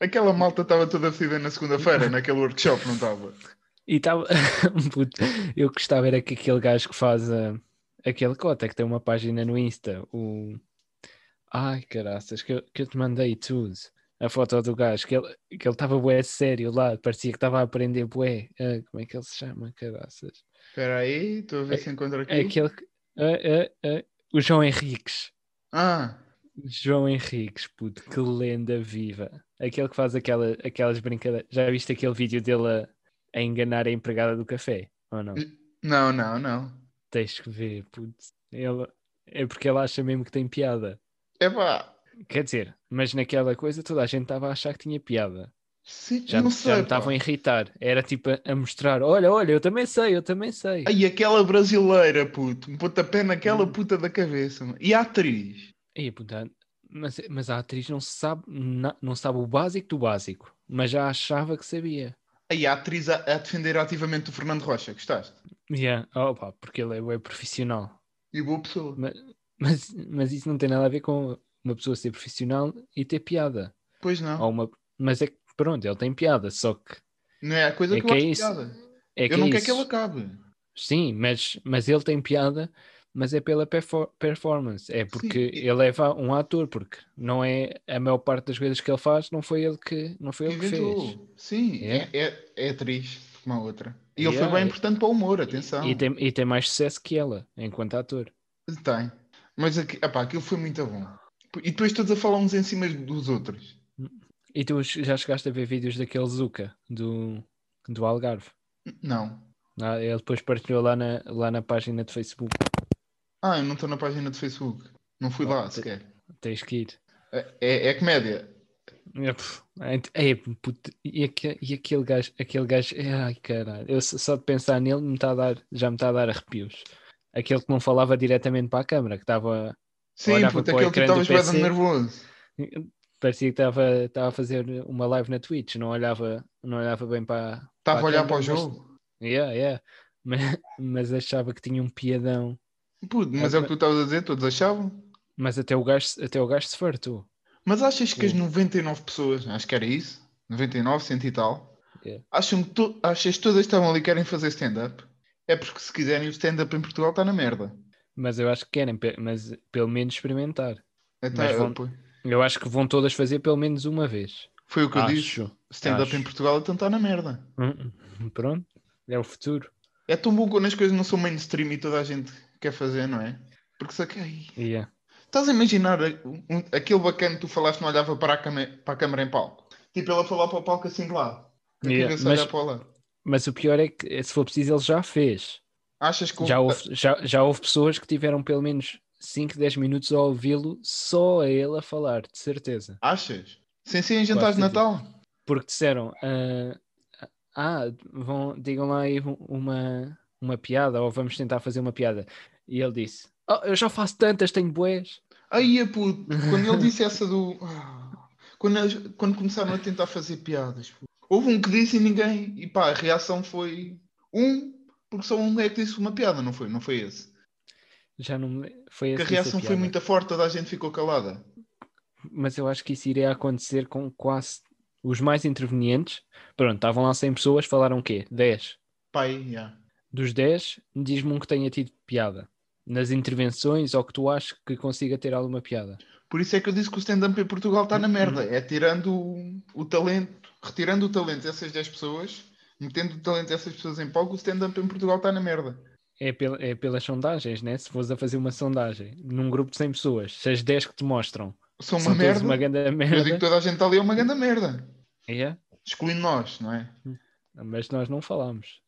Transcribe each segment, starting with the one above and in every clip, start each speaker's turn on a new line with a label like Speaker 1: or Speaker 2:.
Speaker 1: Aquela malta estava toda fedida na segunda-feira, naquele workshop, não estava?
Speaker 2: E estava. Puto, eu gostava era que aquele gajo que faz ah, aquele cota que tem uma página no Insta, o. Ai, caraças, que eu, que eu te mandei tudo. A foto do gajo, que ele que ele estava bué sério lá, parecia que estava a aprender bué. Ah, como é que ele se chama, caraças?
Speaker 1: Espera aí, estou a ver se encontro aqui.
Speaker 2: É aquele. que- ah, ah, ah, o João Henriques.
Speaker 1: Ah,
Speaker 2: João Henriques, puto, que lenda viva. Aquele que faz aquela, aquelas brincadeiras. Já viste aquele vídeo dele a, a enganar a empregada do café? Ou não?
Speaker 1: não, não, não.
Speaker 2: Tens que ver, puto. Ele, é porque ele acha mesmo que tem piada.
Speaker 1: É pá,
Speaker 2: Quer dizer, mas naquela coisa toda a gente estava a achar que tinha piada.
Speaker 1: sim,
Speaker 2: Já,
Speaker 1: não
Speaker 2: me- já
Speaker 1: sei.
Speaker 2: me estavam a irritar. Era tipo a, a mostrar: olha, olha, eu também sei, eu também sei.
Speaker 1: Aí aquela brasileira, puto, um pontapé naquela puta da cabeça. mano. E a atriz?
Speaker 2: E, portanto, mas, mas a atriz não sabe, na- não sabe o básico do básico, mas já achava que sabia.
Speaker 1: Aí a atriz a, a defender ativamente o Fernando Rocha, gostaste?
Speaker 2: Yeah. Opa, porque ele é bué profissional.
Speaker 1: E boa pessoa.
Speaker 2: Mas, mas isso não tem nada a ver com uma pessoa ser profissional e ter piada.
Speaker 1: Pois não.
Speaker 2: Ou uma... Mas é que, pronto, ele tem piada, só que
Speaker 1: Não é a coisa
Speaker 2: É
Speaker 1: que,
Speaker 2: que
Speaker 1: eu
Speaker 2: é
Speaker 1: acho
Speaker 2: isso.
Speaker 1: piada.
Speaker 2: é que
Speaker 1: eu não
Speaker 2: é
Speaker 1: quero que
Speaker 2: isso.
Speaker 1: ele acabe.
Speaker 2: Sim, mas, mas ele tem piada, mas é pela perfor- performance. É porque
Speaker 1: e-
Speaker 2: ele leva um ator, porque não é a maior parte das coisas que ele faz, não foi ele que, não foi ele que fez.
Speaker 1: Inventou. Sim,
Speaker 2: Yeah.
Speaker 1: é, é, é atriz como a outra. E ele
Speaker 2: Yeah,
Speaker 1: foi bem
Speaker 2: e-
Speaker 1: importante para o humor, atenção.
Speaker 2: E tem, e tem mais sucesso que ela, enquanto ator.
Speaker 1: Tem. Mas aqui, epá, aquilo foi muito bom. E depois todos a falar uns em cima dos outros.
Speaker 2: E tu já chegaste a ver vídeos daquele Zuka, do, do Algarve.
Speaker 1: Não.
Speaker 2: Ah, Ele depois partilhou lá na, lá na página de Facebook.
Speaker 1: Ah, eu não estou na página do Facebook. Não fui lá sequer.
Speaker 2: Tens que ir.
Speaker 1: É, é comédia.
Speaker 2: É, pff, é, é, puto, e, aque- e aquele gajo, aquele gajo, é, ai caralho, eu só só de pensar nele me tá a dar, já me está a dar arrepios. Aquele que não falava diretamente para a câmara, que estava,
Speaker 1: Sim,
Speaker 2: Olhava
Speaker 1: puto,
Speaker 2: para o
Speaker 1: aquele que
Speaker 2: ecrã do
Speaker 1: estavas bem
Speaker 2: PC.
Speaker 1: nervoso.
Speaker 2: parecia que estava, estava a fazer uma live na Twitch, não olhava, não olhava bem para,
Speaker 1: Estava a olhar
Speaker 2: câmara,
Speaker 1: para o
Speaker 2: mas-
Speaker 1: jogo.
Speaker 2: Yeah, yeah. Mas, mas achava que tinha um piadão.
Speaker 1: Puto, mas é o que tu estavas a dizer, todos achavam.
Speaker 2: Mas até o gajo, até o gajo se fartou.
Speaker 1: Mas achas que as
Speaker 2: Sim.
Speaker 1: 99 pessoas, acho que era isso, 99, cento e tal,
Speaker 2: É.
Speaker 1: acham que to- achas que todas estavam ali e querem fazer stand-up? É porque se quiserem o stand-up em Portugal está na merda.
Speaker 2: Mas eu acho que querem, pe- mas pelo menos experimentar.
Speaker 1: Então,
Speaker 2: Mas
Speaker 1: eu-
Speaker 2: vão-
Speaker 1: pô,
Speaker 2: Eu acho que vão todas fazer pelo menos uma vez.
Speaker 1: Foi o que eu disse.
Speaker 2: Acho.
Speaker 1: Stand-up
Speaker 2: acho.
Speaker 1: em Portugal então está na merda.
Speaker 2: Hum, hum, Pronto, é o futuro.
Speaker 1: É tão bom quando as coisas não são mainstream e toda a gente quer fazer, não é? Porque só que aí.
Speaker 2: Yeah.
Speaker 1: Estás a imaginar a- um- aquele bacana que tu falaste não olhava para a, câmara, para a câmara em palco? Tipo, ela falar para o palco assim de lado. A
Speaker 2: Yeah,
Speaker 1: cabeça
Speaker 2: mas-
Speaker 1: olhar para lá.
Speaker 2: Mas o pior é que, se for preciso, ele já fez.
Speaker 1: Achas que. o-
Speaker 2: Já houve, já, já houve pessoas que tiveram pelo menos 5, 10 minutos a ouvi-lo só a ele a falar, de certeza.
Speaker 1: Achas? Sim, sim, em jantar de
Speaker 2: Quase tudo.
Speaker 1: Natal.
Speaker 2: Porque disseram: ah, Ah, vão, digam lá aí um- uma, uma piada, ou vamos tentar fazer uma piada. E ele disse: "Oh, Eu já faço tantas, tenho boés.
Speaker 1: Aí, puto, quando ele disse essa do. Ah, Quando, eles- quando começaram a tentar fazer piadas, puto. houve um que disse e ninguém. E pá, a reação foi. Um, porque só um é que disse uma piada, não foi? Não foi esse.
Speaker 2: Já não me- foi
Speaker 1: Porque a
Speaker 2: assim essa
Speaker 1: reação foi
Speaker 2: piada.
Speaker 1: muito forte, toda a gente ficou calada.
Speaker 2: mas eu acho que isso iria acontecer com quase os mais intervenientes. Pronto, estavam lá 100 pessoas, falaram o quê? 10.
Speaker 1: Pai, já.
Speaker 2: Dos 10, diz-me um que tenha tido piada. Nas intervenções ou que tu achas que consiga ter alguma piada.
Speaker 1: Por isso é que eu disse que o stand-up em Portugal está
Speaker 2: Uhum.
Speaker 1: na merda. É tirando o, o talento, retirando o talento dessas 10 pessoas, metendo o talento dessas pessoas em palco, o stand-up em Portugal está na merda.
Speaker 2: É, pel- é pelas sondagens, né? Se fores a fazer uma sondagem num grupo de 100 pessoas, se as 10 que te mostram
Speaker 1: São uma
Speaker 2: são todas
Speaker 1: merda.
Speaker 2: uma grande
Speaker 1: Eu digo que
Speaker 2: merda,
Speaker 1: toda a gente ali é uma grande merda.
Speaker 2: é,
Speaker 1: Excluindo nós, não é?
Speaker 2: mas nós não falamos.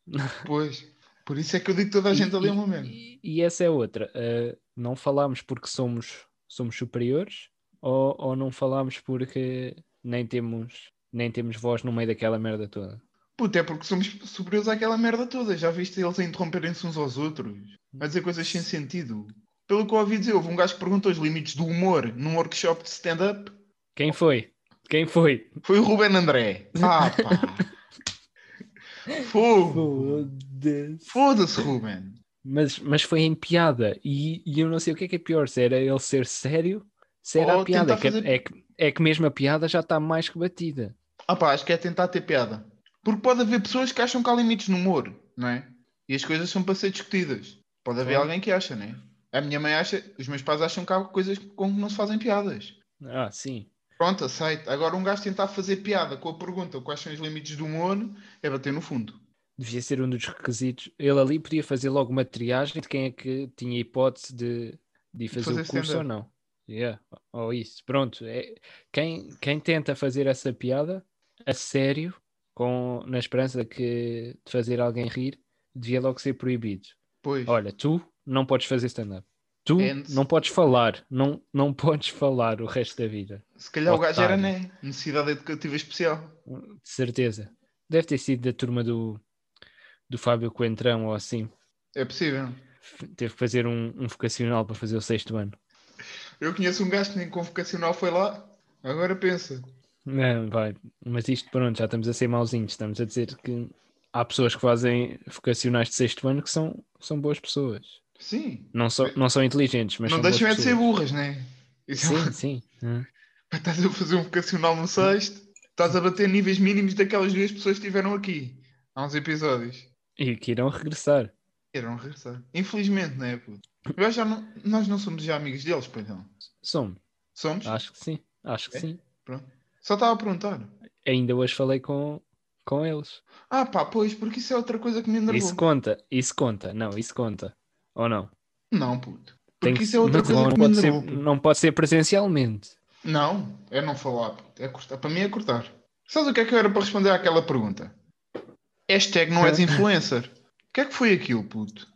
Speaker 1: Pois. Por isso é que eu digo que toda a gente
Speaker 2: E-
Speaker 1: ali é
Speaker 2: e-
Speaker 1: uma merda.
Speaker 2: E, e essa é outra. eh, não falámos porque somos, somos superiores ou, ou não falámos porque nem temos, nem temos voz no meio daquela merda toda?
Speaker 1: Puta, é porque somos superiores àquela merda toda. Já viste eles a interromperem-se uns aos outros? A dizer coisas sem sentido. Pelo que eu ouvi dizer, houve um gajo que perguntou os limites do humor num workshop de stand-up.
Speaker 2: Quem foi? Quem foi?
Speaker 1: Foi o Ruben André. Ah, pá. Fogo. Foda-se, Ruben.
Speaker 2: Mas, mas foi em piada e, e eu não sei o que é que é pior, se era ele ser sério, se era
Speaker 1: Ou
Speaker 2: a piada. É
Speaker 1: Oh, tentar
Speaker 2: que,
Speaker 1: fazer-
Speaker 2: é, que, é que mesmo a piada já está mais que batida.
Speaker 1: Ah pá, acho que é tentar ter piada. Porque pode haver pessoas que acham que há limites no humor, não é? E as coisas são para ser discutidas. Pode haver
Speaker 2: Claro.
Speaker 1: alguém que acha, não é? A minha mãe acha, os meus pais acham que há coisas com que não se fazem piadas.
Speaker 2: Ah, sim.
Speaker 1: Pronto, aceito. Agora um gajo tentar fazer piada com a pergunta quais são os limites do humor é bater no fundo.
Speaker 2: Devia ser um dos requisitos. Ele ali podia fazer logo uma triagem de quem é que tinha hipótese de, de ir fazer,
Speaker 1: fazer
Speaker 2: o curso ou
Speaker 1: stand-up.
Speaker 2: não. Yeah. Ou isso. Pronto. É, quem, quem tenta fazer essa piada a sério, com, na esperança que, de fazer alguém rir, devia logo ser proibido.
Speaker 1: Pois.
Speaker 2: Olha, tu não podes fazer stand-up. Tu
Speaker 1: And-
Speaker 2: não podes falar. Não, não podes falar o resto da vida.
Speaker 1: Se calhar o gajo era,
Speaker 2: Otário.
Speaker 1: né? Necessidade educativa especial.
Speaker 2: De certeza. Deve ter sido da turma do, do Fábio Coentrão ou assim.
Speaker 1: É possível.
Speaker 2: teve que fazer um, um vocacional para fazer o sexto ano.
Speaker 1: Eu conheço um gajo que nem convocacional foi lá. Agora pensa.
Speaker 2: Não, É, vai, mas isto pronto, já estamos a ser mauzinhos, estamos a dizer que há pessoas que fazem vocacionais de sexto ano que são, são boas pessoas.
Speaker 1: Sim.
Speaker 2: Não, só, não são inteligentes, mas
Speaker 1: não
Speaker 2: são
Speaker 1: deixam é
Speaker 2: boas
Speaker 1: de ser
Speaker 2: pessoas.
Speaker 1: burras, né? Isso é uma-
Speaker 2: Sim, sim. Hum.
Speaker 1: Estás a fazer um vocacional no sexto. Estás a bater níveis mínimos daquelas duas pessoas que estiveram aqui. Há uns episódios.
Speaker 2: E que irão regressar.
Speaker 1: Irão regressar. Infelizmente, né, puto? Eu já não... Nós não somos já amigos deles, pois não.
Speaker 2: São,
Speaker 1: Somos?
Speaker 2: acho que sim, acho que
Speaker 1: É?
Speaker 2: sim.
Speaker 1: Só estava a perguntar.
Speaker 2: Ainda hoje falei com, com eles.
Speaker 1: Ah pá, pois, porque isso é outra coisa que me enervou.
Speaker 2: Isso conta, isso conta, não, isso conta. Ou não?
Speaker 1: Não, puto.
Speaker 2: Tem
Speaker 1: Porque
Speaker 2: que-
Speaker 1: isso é outra
Speaker 2: não,
Speaker 1: coisa
Speaker 2: não
Speaker 1: que me
Speaker 2: pode ser,
Speaker 1: enervou. puto.
Speaker 2: não pode ser presencialmente.
Speaker 1: Não, é não falar. puto. É cortar. Para mim é cortar. Sabes o que é que eu era para responder àquela pergunta? Hashtag não és influencer. O que é que foi aquilo, puto?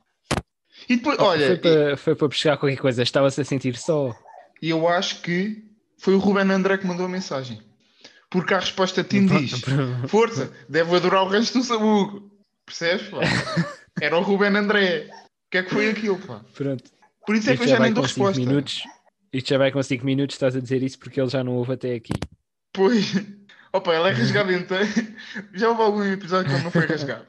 Speaker 1: E depois, olha,
Speaker 2: foi para, foi para pescar qualquer coisa, estava-se a sentir só.
Speaker 1: e eu acho que foi o Ruben André que mandou a mensagem. Porque a resposta Tim
Speaker 2: Pro-
Speaker 1: diz:
Speaker 2: pro-
Speaker 1: Força, deve adorar o resto do sabugo. Percebes? Pá? Era o Ruben André. O que é que foi aquilo, pá?
Speaker 2: Pronto,
Speaker 1: Por isso é que
Speaker 2: isto
Speaker 1: eu
Speaker 2: já
Speaker 1: já nem
Speaker 2: vai
Speaker 1: dou
Speaker 2: com 5
Speaker 1: resposta.
Speaker 2: minutos. Isto já vai com 5 minutos, estás a dizer isso porque ele já não ouve até aqui.
Speaker 1: Pois. Opa, ele é rasgado então. Já houve algum episódio que ele não foi rasgado.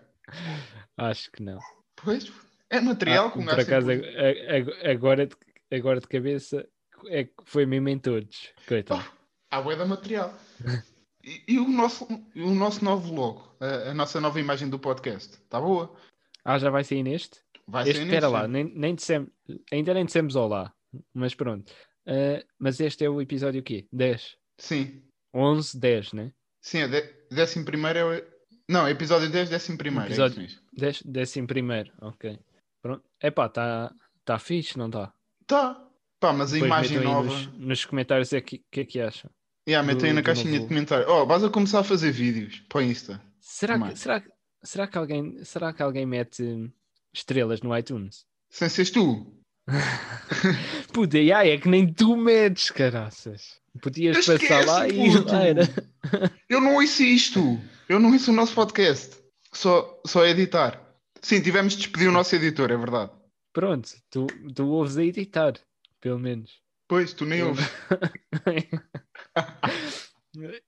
Speaker 2: Acho que não.
Speaker 1: Pois. É material
Speaker 2: Ah,
Speaker 1: com um
Speaker 2: por
Speaker 1: gajo.
Speaker 2: acaso,
Speaker 1: sempre-
Speaker 2: a- a- agora, de, agora de cabeça é que foi mesmo em todos. Coitado.
Speaker 1: Há bué da material. E, e o, nosso, e o nosso novo logo, a, a nossa nova imagem do podcast, está boa?
Speaker 2: Ah, já vai sair neste?
Speaker 1: Vai
Speaker 2: Este,
Speaker 1: ser
Speaker 2: espera
Speaker 1: nisso.
Speaker 2: lá, nem, nem dissemos, ainda nem dissemos olá, mas pronto. Ah, mas este é o episódio quê? 10?
Speaker 1: Sim.
Speaker 2: 11, 10, né?
Speaker 1: Sim, é de- décimo primeiro é o. Não, episódio 10, décimo primeiro.
Speaker 2: Episódio-
Speaker 1: É isso mesmo.
Speaker 2: 10, décimo primeiro, ok. Pronto. Epá, está tá fixe, não está?
Speaker 1: Tá. Pá, mas a
Speaker 2: Depois
Speaker 1: imagem
Speaker 2: metam aí
Speaker 1: nova.
Speaker 2: Nos, nos comentários o que, que é que acham.
Speaker 1: Yeah, metem aí
Speaker 2: do-
Speaker 1: na
Speaker 2: do
Speaker 1: caixinha de
Speaker 2: novo-
Speaker 1: comentário. Oh, vais a começar a fazer vídeos para o Insta.
Speaker 2: Será que,
Speaker 1: Mas-
Speaker 2: será, que- será, que alguém, será que alguém mete hum, estrelas no iTunes?
Speaker 1: Sem seres tu.
Speaker 2: Puta, e ai, é que nem tu metes, caraças. Podias
Speaker 1: Esquece,
Speaker 2: passar lá e
Speaker 1: puto.
Speaker 2: lá era.
Speaker 1: Eu não ouço isto. Eu não ouço o nosso podcast. Só, só editar. Sim, tivemos de despedir o nosso editor, é verdade.
Speaker 2: Pronto, tu, tu ouves a editar, pelo menos.
Speaker 1: Pois, tu nem
Speaker 2: Eu-
Speaker 1: ouves.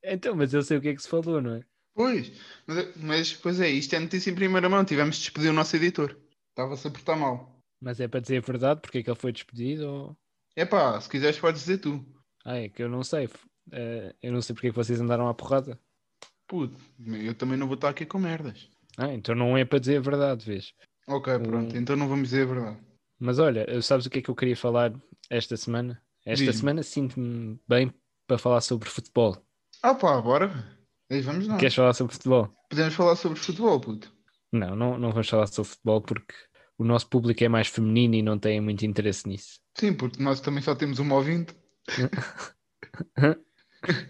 Speaker 2: então, mas eu sei o que é que se falou, não é?
Speaker 1: Pois. Mas, mas, pois é, isto é notícia em primeira mão. Tivemos de despedir o nosso editor. Estava-se a portar mal.
Speaker 2: Mas é para dizer a verdade, porque é que ele foi despedido ou...
Speaker 1: Epá, se quiseres podes dizer tu.
Speaker 2: Ah, é que eu não sei. f- eh, eu não sei porque é que vocês andaram à porrada.
Speaker 1: Puto, eu também não vou estar aqui com merdas.
Speaker 2: Ah, então não é para dizer a verdade, vês?
Speaker 1: Ok, pronto.
Speaker 2: Hum.
Speaker 1: Então não vamos dizer a verdade.
Speaker 2: Mas olha, eh, sabes o que é que eu queria falar esta semana? Esta
Speaker 1: Diz-me.
Speaker 2: semana sinto-me bem para falar sobre futebol.
Speaker 1: Ah pá, bora. Aí vamos lá.
Speaker 2: Queres falar sobre futebol?
Speaker 1: Podemos falar sobre futebol, puto.
Speaker 2: Não, não, não vamos falar sobre futebol porque o nosso público é mais feminino e não tem muito interesse nisso.
Speaker 1: Sim, porque nós também só temos um ouvinte.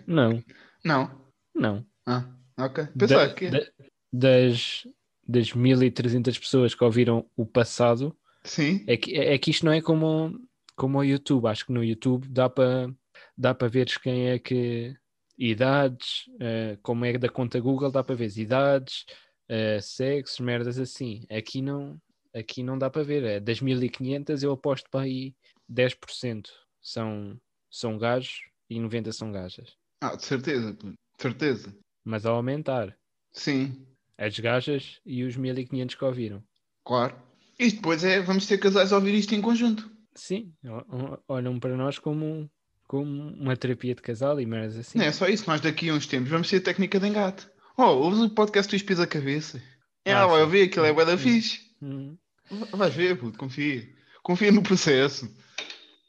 Speaker 2: Não,
Speaker 1: Não.
Speaker 2: não.
Speaker 1: Ah, ok. Pensar
Speaker 2: Da-
Speaker 1: que...
Speaker 2: da- das, das 1300 pessoas que ouviram o passado,
Speaker 1: Sim.
Speaker 2: é que, é que isto não é como, como o YouTube. Acho que no YouTube dá para dá para veres quem é que. Idades, eh, como é da conta Google, dá para ver idades, eh, sexos, merdas assim. Aqui não, aqui não dá para ver. É das 1500, eu aposto para aí 10% são, são gajos e 90% são gajas.
Speaker 1: Ah, de certeza, puto. De certeza.
Speaker 2: Mas a aumentar,
Speaker 1: Sim,
Speaker 2: as gajas e os 1500 que ouviram.
Speaker 1: claro. Isto depois é, vamos ter casais a ouvir isto em conjunto.
Speaker 2: Sim, o- o- olham para nós como, como uma terapia de casal e merdas assim.
Speaker 1: Não é só isso, nós daqui a uns tempos vamos ter a técnica de engate. Oh, ouves o podcast do Espis a Cabeça. É,
Speaker 2: Ah,
Speaker 1: ah, vai
Speaker 2: sim.
Speaker 1: ouvir, aquilo é bué da
Speaker 2: Sim.
Speaker 1: fixe.
Speaker 2: Hum.
Speaker 1: V- Vais ver, puto, confia. Confia no processo.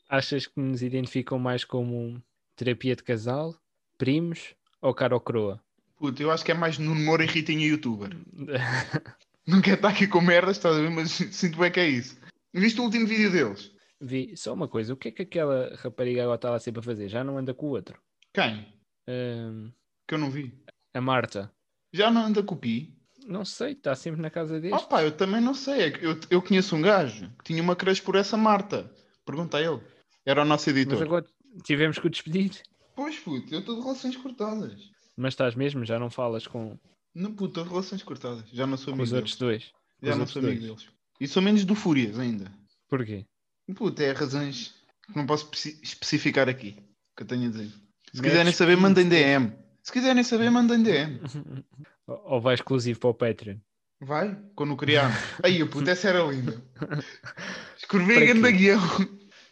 Speaker 2: Achas que nos identificam mais como terapia de casal, primos ou cara ou croa?
Speaker 1: Puto, eu acho que é mais Nuno Moura e Ritinha Youtuber. Não quero estar aqui com merdas, estás a ver, mas sinto bem que é isso. Viste o último vídeo deles?
Speaker 2: Vi só uma coisa, o que é que aquela rapariga agora está lá sempre a fazer? Já não anda com o outro.
Speaker 1: Quem?
Speaker 2: Ahm,
Speaker 1: Que eu não vi.
Speaker 2: a Marta,
Speaker 1: Já não anda com o Pi?
Speaker 2: não sei, está sempre na casa
Speaker 1: Ah
Speaker 2: deste.
Speaker 1: pá, eu também não sei. É que Eu, eu conheço um gajo que tinha uma crush por essa Marta. Pergunta a ele. Era o nosso
Speaker 2: Mas
Speaker 1: editor.
Speaker 2: agora tivemos que o despedir.
Speaker 1: Pois, puto, eu estou de relações cortadas.
Speaker 2: Mas estás mesmo, já não falas com,
Speaker 1: Não, puto, estou de relações cortadas. Já não sou
Speaker 2: com
Speaker 1: amigo
Speaker 2: os outros
Speaker 1: deles.
Speaker 2: dois. com
Speaker 1: Já
Speaker 2: os
Speaker 1: não
Speaker 2: outros
Speaker 1: sou amigo deles. E sou menos do Fúrias ainda.
Speaker 2: Porquê?
Speaker 1: Puto, é razões que não posso especi- especificar aqui. Que eu tenho a dizer. Se
Speaker 2: Metes
Speaker 1: quiserem saber,
Speaker 2: 15.
Speaker 1: mandem DM. Se quiserem saber, mandem DM.
Speaker 2: Ou ou vai exclusivo para o Patreon?
Speaker 1: Vai? Quando o criarmos. Aí, puto, essa era linda. Escrevi
Speaker 2: Para
Speaker 1: a grande
Speaker 2: quê?
Speaker 1: guião.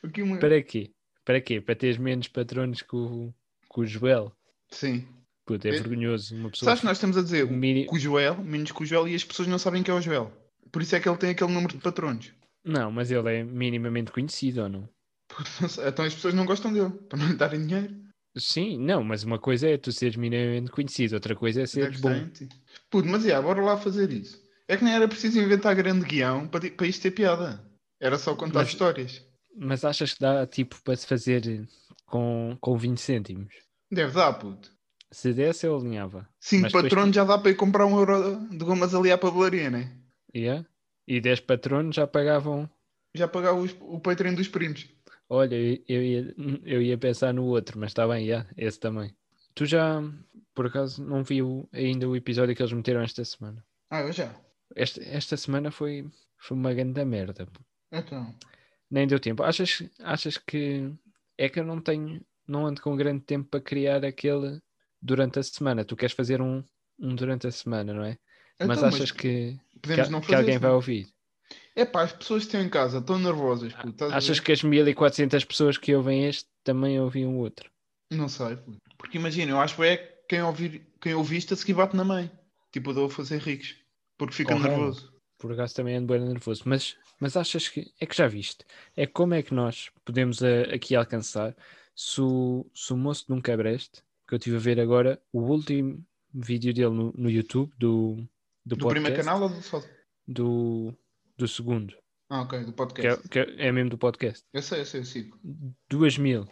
Speaker 1: Aqui uma-
Speaker 2: Para quê? Para quê? Para teres menos patronos que o, que o Joel?
Speaker 1: Sim.
Speaker 2: Puta, é
Speaker 1: Eu-
Speaker 2: vergonhoso. Uma pessoa.
Speaker 1: Sabes que nós estamos a dizer o
Speaker 2: mini-
Speaker 1: com o Joel, menos com o Joel, e as pessoas não sabem quem é o Joel. Por isso é que ele tem aquele número de patronos.
Speaker 2: Não, mas ele é minimamente conhecido ou não?
Speaker 1: Não sei, Então as pessoas não gostam dele, para não lhe darem dinheiro.
Speaker 2: Sim, não, mas uma coisa é tu seres minimamente conhecido, outra coisa é seres
Speaker 1: Deve
Speaker 2: bom.
Speaker 1: estar em ti. Puto, mas é, bora lá fazer isso. É que nem era preciso inventar grande guião para, ti- para isto ter piada. Era só contar
Speaker 2: Mas-
Speaker 1: histórias.
Speaker 2: Mas achas que dá tipo para se fazer com, com 20 cêntimos?
Speaker 1: Deve dar, puto.
Speaker 2: Se desse, eu alinhava.
Speaker 1: Cinco
Speaker 2: Mas depois-
Speaker 1: patronos já dá para ir comprar um euro de gomas ali à pavelaria, né?
Speaker 2: Yeah? E 10 patronos já pagavam.
Speaker 1: Já pagar os- o Patreon dos primos.
Speaker 2: Olha, eu, eu ia, eu ia pensar no outro, mas está bem, yeah, esse também. Tu já, por acaso, não viu ainda o episódio que eles meteram esta semana?
Speaker 1: Ah, eu já.
Speaker 2: Esta, esta semana foi, foi uma grande merda. pô.
Speaker 1: Então.
Speaker 2: Nem deu tempo. Achas, achas que é que eu não tenho, não ando com grande tempo para criar aquele durante a semana. Tu queres fazer um, um durante a semana, não é? mas
Speaker 1: Então,
Speaker 2: achas que, que,
Speaker 1: podemos
Speaker 2: a-
Speaker 1: não
Speaker 2: que
Speaker 1: fazer
Speaker 2: alguém
Speaker 1: isso,
Speaker 2: vai
Speaker 1: não?
Speaker 2: ouvir?
Speaker 1: É pá, as pessoas que estão em casa estão nervosas. Puto, estás a
Speaker 2: Achas
Speaker 1: ver?
Speaker 2: que as 1400 pessoas que ouvem este também ouviam o outro?
Speaker 1: Não sei, puto. porque imagina, eu acho é que quem ouvir, quem ouvir isto a seguir bate na mãe. Tipo, eu dou a fazer ricos, porque fica
Speaker 2: Com raiva.
Speaker 1: nervoso.
Speaker 2: Por acaso também ando bem nervoso. Mas, mas achas que é que já viste? É como é que nós podemos eh, aqui alcançar se o, se o moço de um cabreste, que eu estive a ver agora, o último vídeo dele no, no YouTube do, do,
Speaker 1: Do primeiro
Speaker 2: podcast,
Speaker 1: canal ou do só?
Speaker 2: do, do segundo,
Speaker 1: Ah, ok, do
Speaker 2: que é,
Speaker 1: podcast.
Speaker 2: que é mesmo do podcast.
Speaker 1: Eu sei, eu sei, eu sigo.
Speaker 2: 2 mil.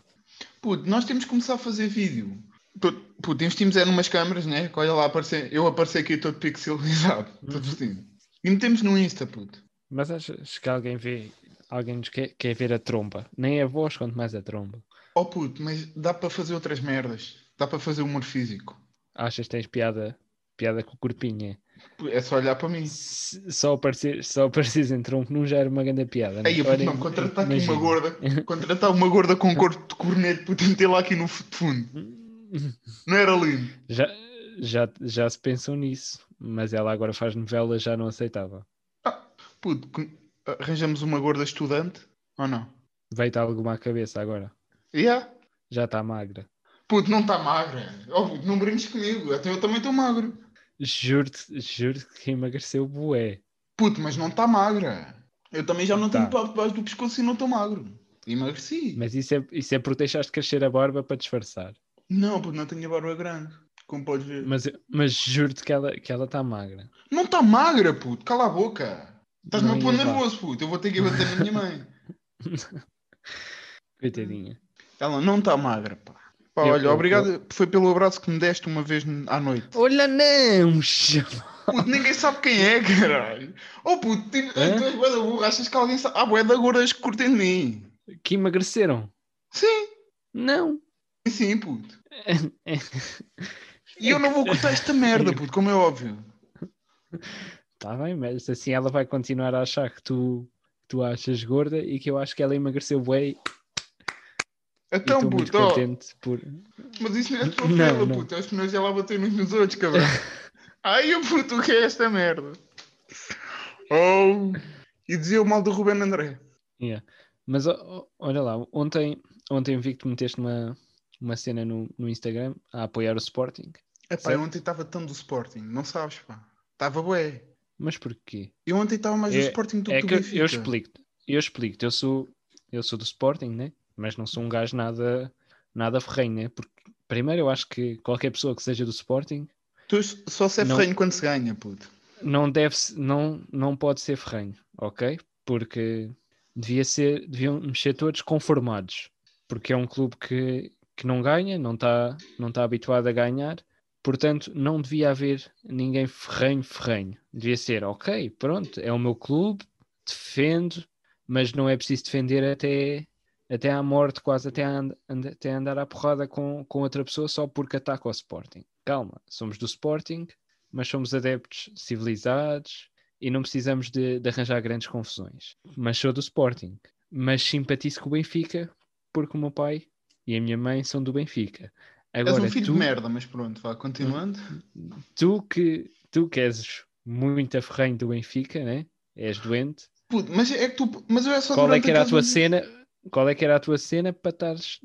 Speaker 1: Puto, nós temos que começar a fazer vídeo. Puto, puto investimos é numas câmaras, né? Que Olha lá, aparecer, eu apareci aqui todo pixelizado,
Speaker 2: Uhum.
Speaker 1: todo vestido. E metemos no Insta, puto.
Speaker 2: Mas achas que alguém vê, alguém nos quer, quer ver a tromba? Nem a voz, quanto mais a tromba.
Speaker 1: Oh puto, mas dá para fazer outras merdas. Dá para fazer humor físico.
Speaker 2: Achas que tens piada, piada com o corpinho? é?
Speaker 1: Puto, É só olhar para mim.
Speaker 2: Se- só aparecer, só aparecer em tronco não já era uma grande piada. né?
Speaker 1: Aí, puto,
Speaker 2: Ora,
Speaker 1: não, contratar aqui
Speaker 2: imagina.
Speaker 1: uma gorda. Contratar uma gorda com corpo de corneto, puto, e meter lá aqui no fu- de fundo. Não era lindo.
Speaker 2: Já, já, já se pensou nisso, mas ela agora faz novela, já não aceitava.
Speaker 1: Puto, con- arranjamos uma gorda estudante? Ou não?
Speaker 2: Veio-te alguma à cabeça agora.
Speaker 1: Yeah.
Speaker 2: Já está magra.
Speaker 1: Puto, não está magra. Oh, puto, não brinques comigo. Até eu também estou magro.
Speaker 2: Juro-te juro que emagreceu bué.
Speaker 1: Puto, mas não está magra. Eu também já não
Speaker 2: Tá.
Speaker 1: tenho pau debaixo do pescoço e não estou magro. Emagreci.
Speaker 2: Mas isso é, isso é porque deixaste crescer a barba para disfarçar.
Speaker 1: Não, puto, não tenho a barba grande. Como podes ver.
Speaker 2: Mas, mas juro-te que ela está que ela tá magra.
Speaker 1: Não está magra, puto. Cala a boca. Estás-me
Speaker 2: Não é
Speaker 1: a pôr
Speaker 2: ia lá.
Speaker 1: nervoso, puto. Eu vou ter que ir bater na minha mãe.
Speaker 2: Coitadinha.
Speaker 1: Ela não está magra, pá. Pá,
Speaker 2: Eu-
Speaker 1: olha,
Speaker 2: eu-
Speaker 1: obrigado. Foi pelo abraço que me deste uma vez à noite.
Speaker 2: Olha não! chama-
Speaker 1: Puto, ninguém sabe quem é, caralho. Oh, puto, tipo, tu
Speaker 2: Hã?
Speaker 1: és bué da burra. Achas que alguém sabe? Há bué da gordas que curtem de mim.
Speaker 2: Que emagreceram?
Speaker 1: Sim,
Speaker 2: Não.
Speaker 1: sim, puto. E eu não vou cortar esta merda, puto, como é óbvio.
Speaker 2: Tá bem, mas assim ela vai continuar a achar que tu, que tu a achas gorda e que eu acho que ela emagreceu bué e
Speaker 1: Então,
Speaker 2: estou muito
Speaker 1: puto, ó,
Speaker 2: contente por...
Speaker 1: mas isso não é só
Speaker 2: Não,
Speaker 1: pela,
Speaker 2: não.
Speaker 1: puto. É os pneus já lá bater uns nos outros, cabrão. Ai, o puto, o que é esta merda? Oh, e dizia o mal do Ruben André.
Speaker 2: Yeah. Mas ó, ó, olha lá, ontem, ontem vi que tu meteste uma, uma cena no, no Instagram a apoiar o Sporting.
Speaker 1: Epá, eu ontem estava tanto do Sporting, não sabes, pá. Estava bué.
Speaker 2: Mas porquê?
Speaker 1: Eu ontem estava mais do
Speaker 2: É-
Speaker 1: Sporting do
Speaker 2: é
Speaker 1: que
Speaker 2: que
Speaker 1: do
Speaker 2: eu,
Speaker 1: Benfica.
Speaker 2: eu explico-te. Eu explico-te. Eu sou, eu sou do Sporting, né? Mas não sou um gajo nada, nada ferrenho, né? Porque, primeiro, eu acho que qualquer pessoa que seja do Sporting
Speaker 1: Tu só se é
Speaker 2: Não.
Speaker 1: ferrenho quando se ganha, puto.
Speaker 2: não deve se- não não pode ser ferrenho, ok? Porque devia ser deviam ser todos conformados, porque é um clube que, que não ganha, não está não tá habituado a ganhar, portanto não devia haver ninguém ferrenho ferrenho. Devia ser ok, pronto, é o meu clube, defendo, mas não é preciso defender até até à morte, quase até, a and- and- até a andar à porrada com, com outra pessoa só porque ataca o Sporting. Calma, somos do Sporting, mas somos adeptos civilizados e não precisamos de, de arranjar grandes confusões. Mas sou do Sporting, mas simpatizo com o Benfica porque o meu pai e a minha mãe são do Benfica. Agora,
Speaker 1: És um filho
Speaker 2: tu, Hum.
Speaker 1: de merda, mas pronto, vá, continuando.
Speaker 2: tu que tu que és muito aferrenho do Benfica, né? És doente.
Speaker 1: Puto, mas é que tu. Mas eu é só
Speaker 2: Qual é
Speaker 1: durante
Speaker 2: que era a tua
Speaker 1: aqueles-
Speaker 2: cena? Qual é que era a tua cena para estares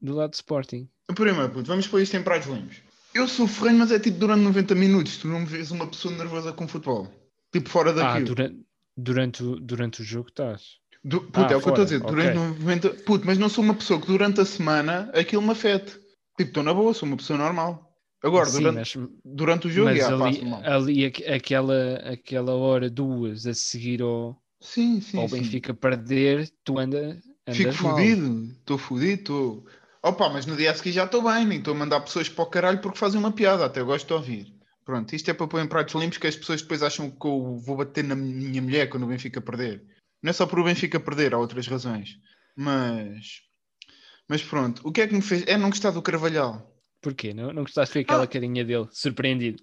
Speaker 2: do lado do Sporting?
Speaker 1: Primeiro, puto, vamos pôr isto em pratos limpos. Eu sou ferrenho, mas é tipo durante 90 minutos. Tu não me vês uma pessoa nervosa com futebol. Tipo fora
Speaker 2: Ah,
Speaker 1: daquilo.
Speaker 2: durante, durante, o, durante o jogo estás.
Speaker 1: Du- Puto,
Speaker 2: Ah,
Speaker 1: é o que eu estou
Speaker 2: fora,
Speaker 1: a dizer. Durante 90... Puto, mas não sou uma pessoa que durante a semana aquilo me afete. Tipo, estou na boa, sou uma pessoa normal. Agora,
Speaker 2: Sim,
Speaker 1: durante,
Speaker 2: mas,
Speaker 1: durante o jogo,
Speaker 2: mas
Speaker 1: já
Speaker 2: ali,
Speaker 1: passo mal.
Speaker 2: ali aque- aquela, aquela hora, duas a seguir ao,
Speaker 1: Sim, sim.
Speaker 2: ao
Speaker 1: sim.
Speaker 2: Benfica é perder, tu anda, andas
Speaker 1: Fico
Speaker 2: mal.
Speaker 1: fodido, estou fodido, estou. Opa, mas no dia a seguir já estou bem, nem estou a mandar pessoas para o caralho porque fazem uma piada, até eu gosto de ouvir. Pronto, isto é para pôr em pratos limpos que as pessoas depois acham que eu vou bater na minha mulher quando o Benfica perder. Não é só por o Benfica perder, há outras razões. Mas. Mas pronto, o que é que me fez. É não gostar do Carvalhal.
Speaker 2: Porquê? Não, não gostaste de ver
Speaker 1: Ah.
Speaker 2: aquela carinha dele, surpreendido.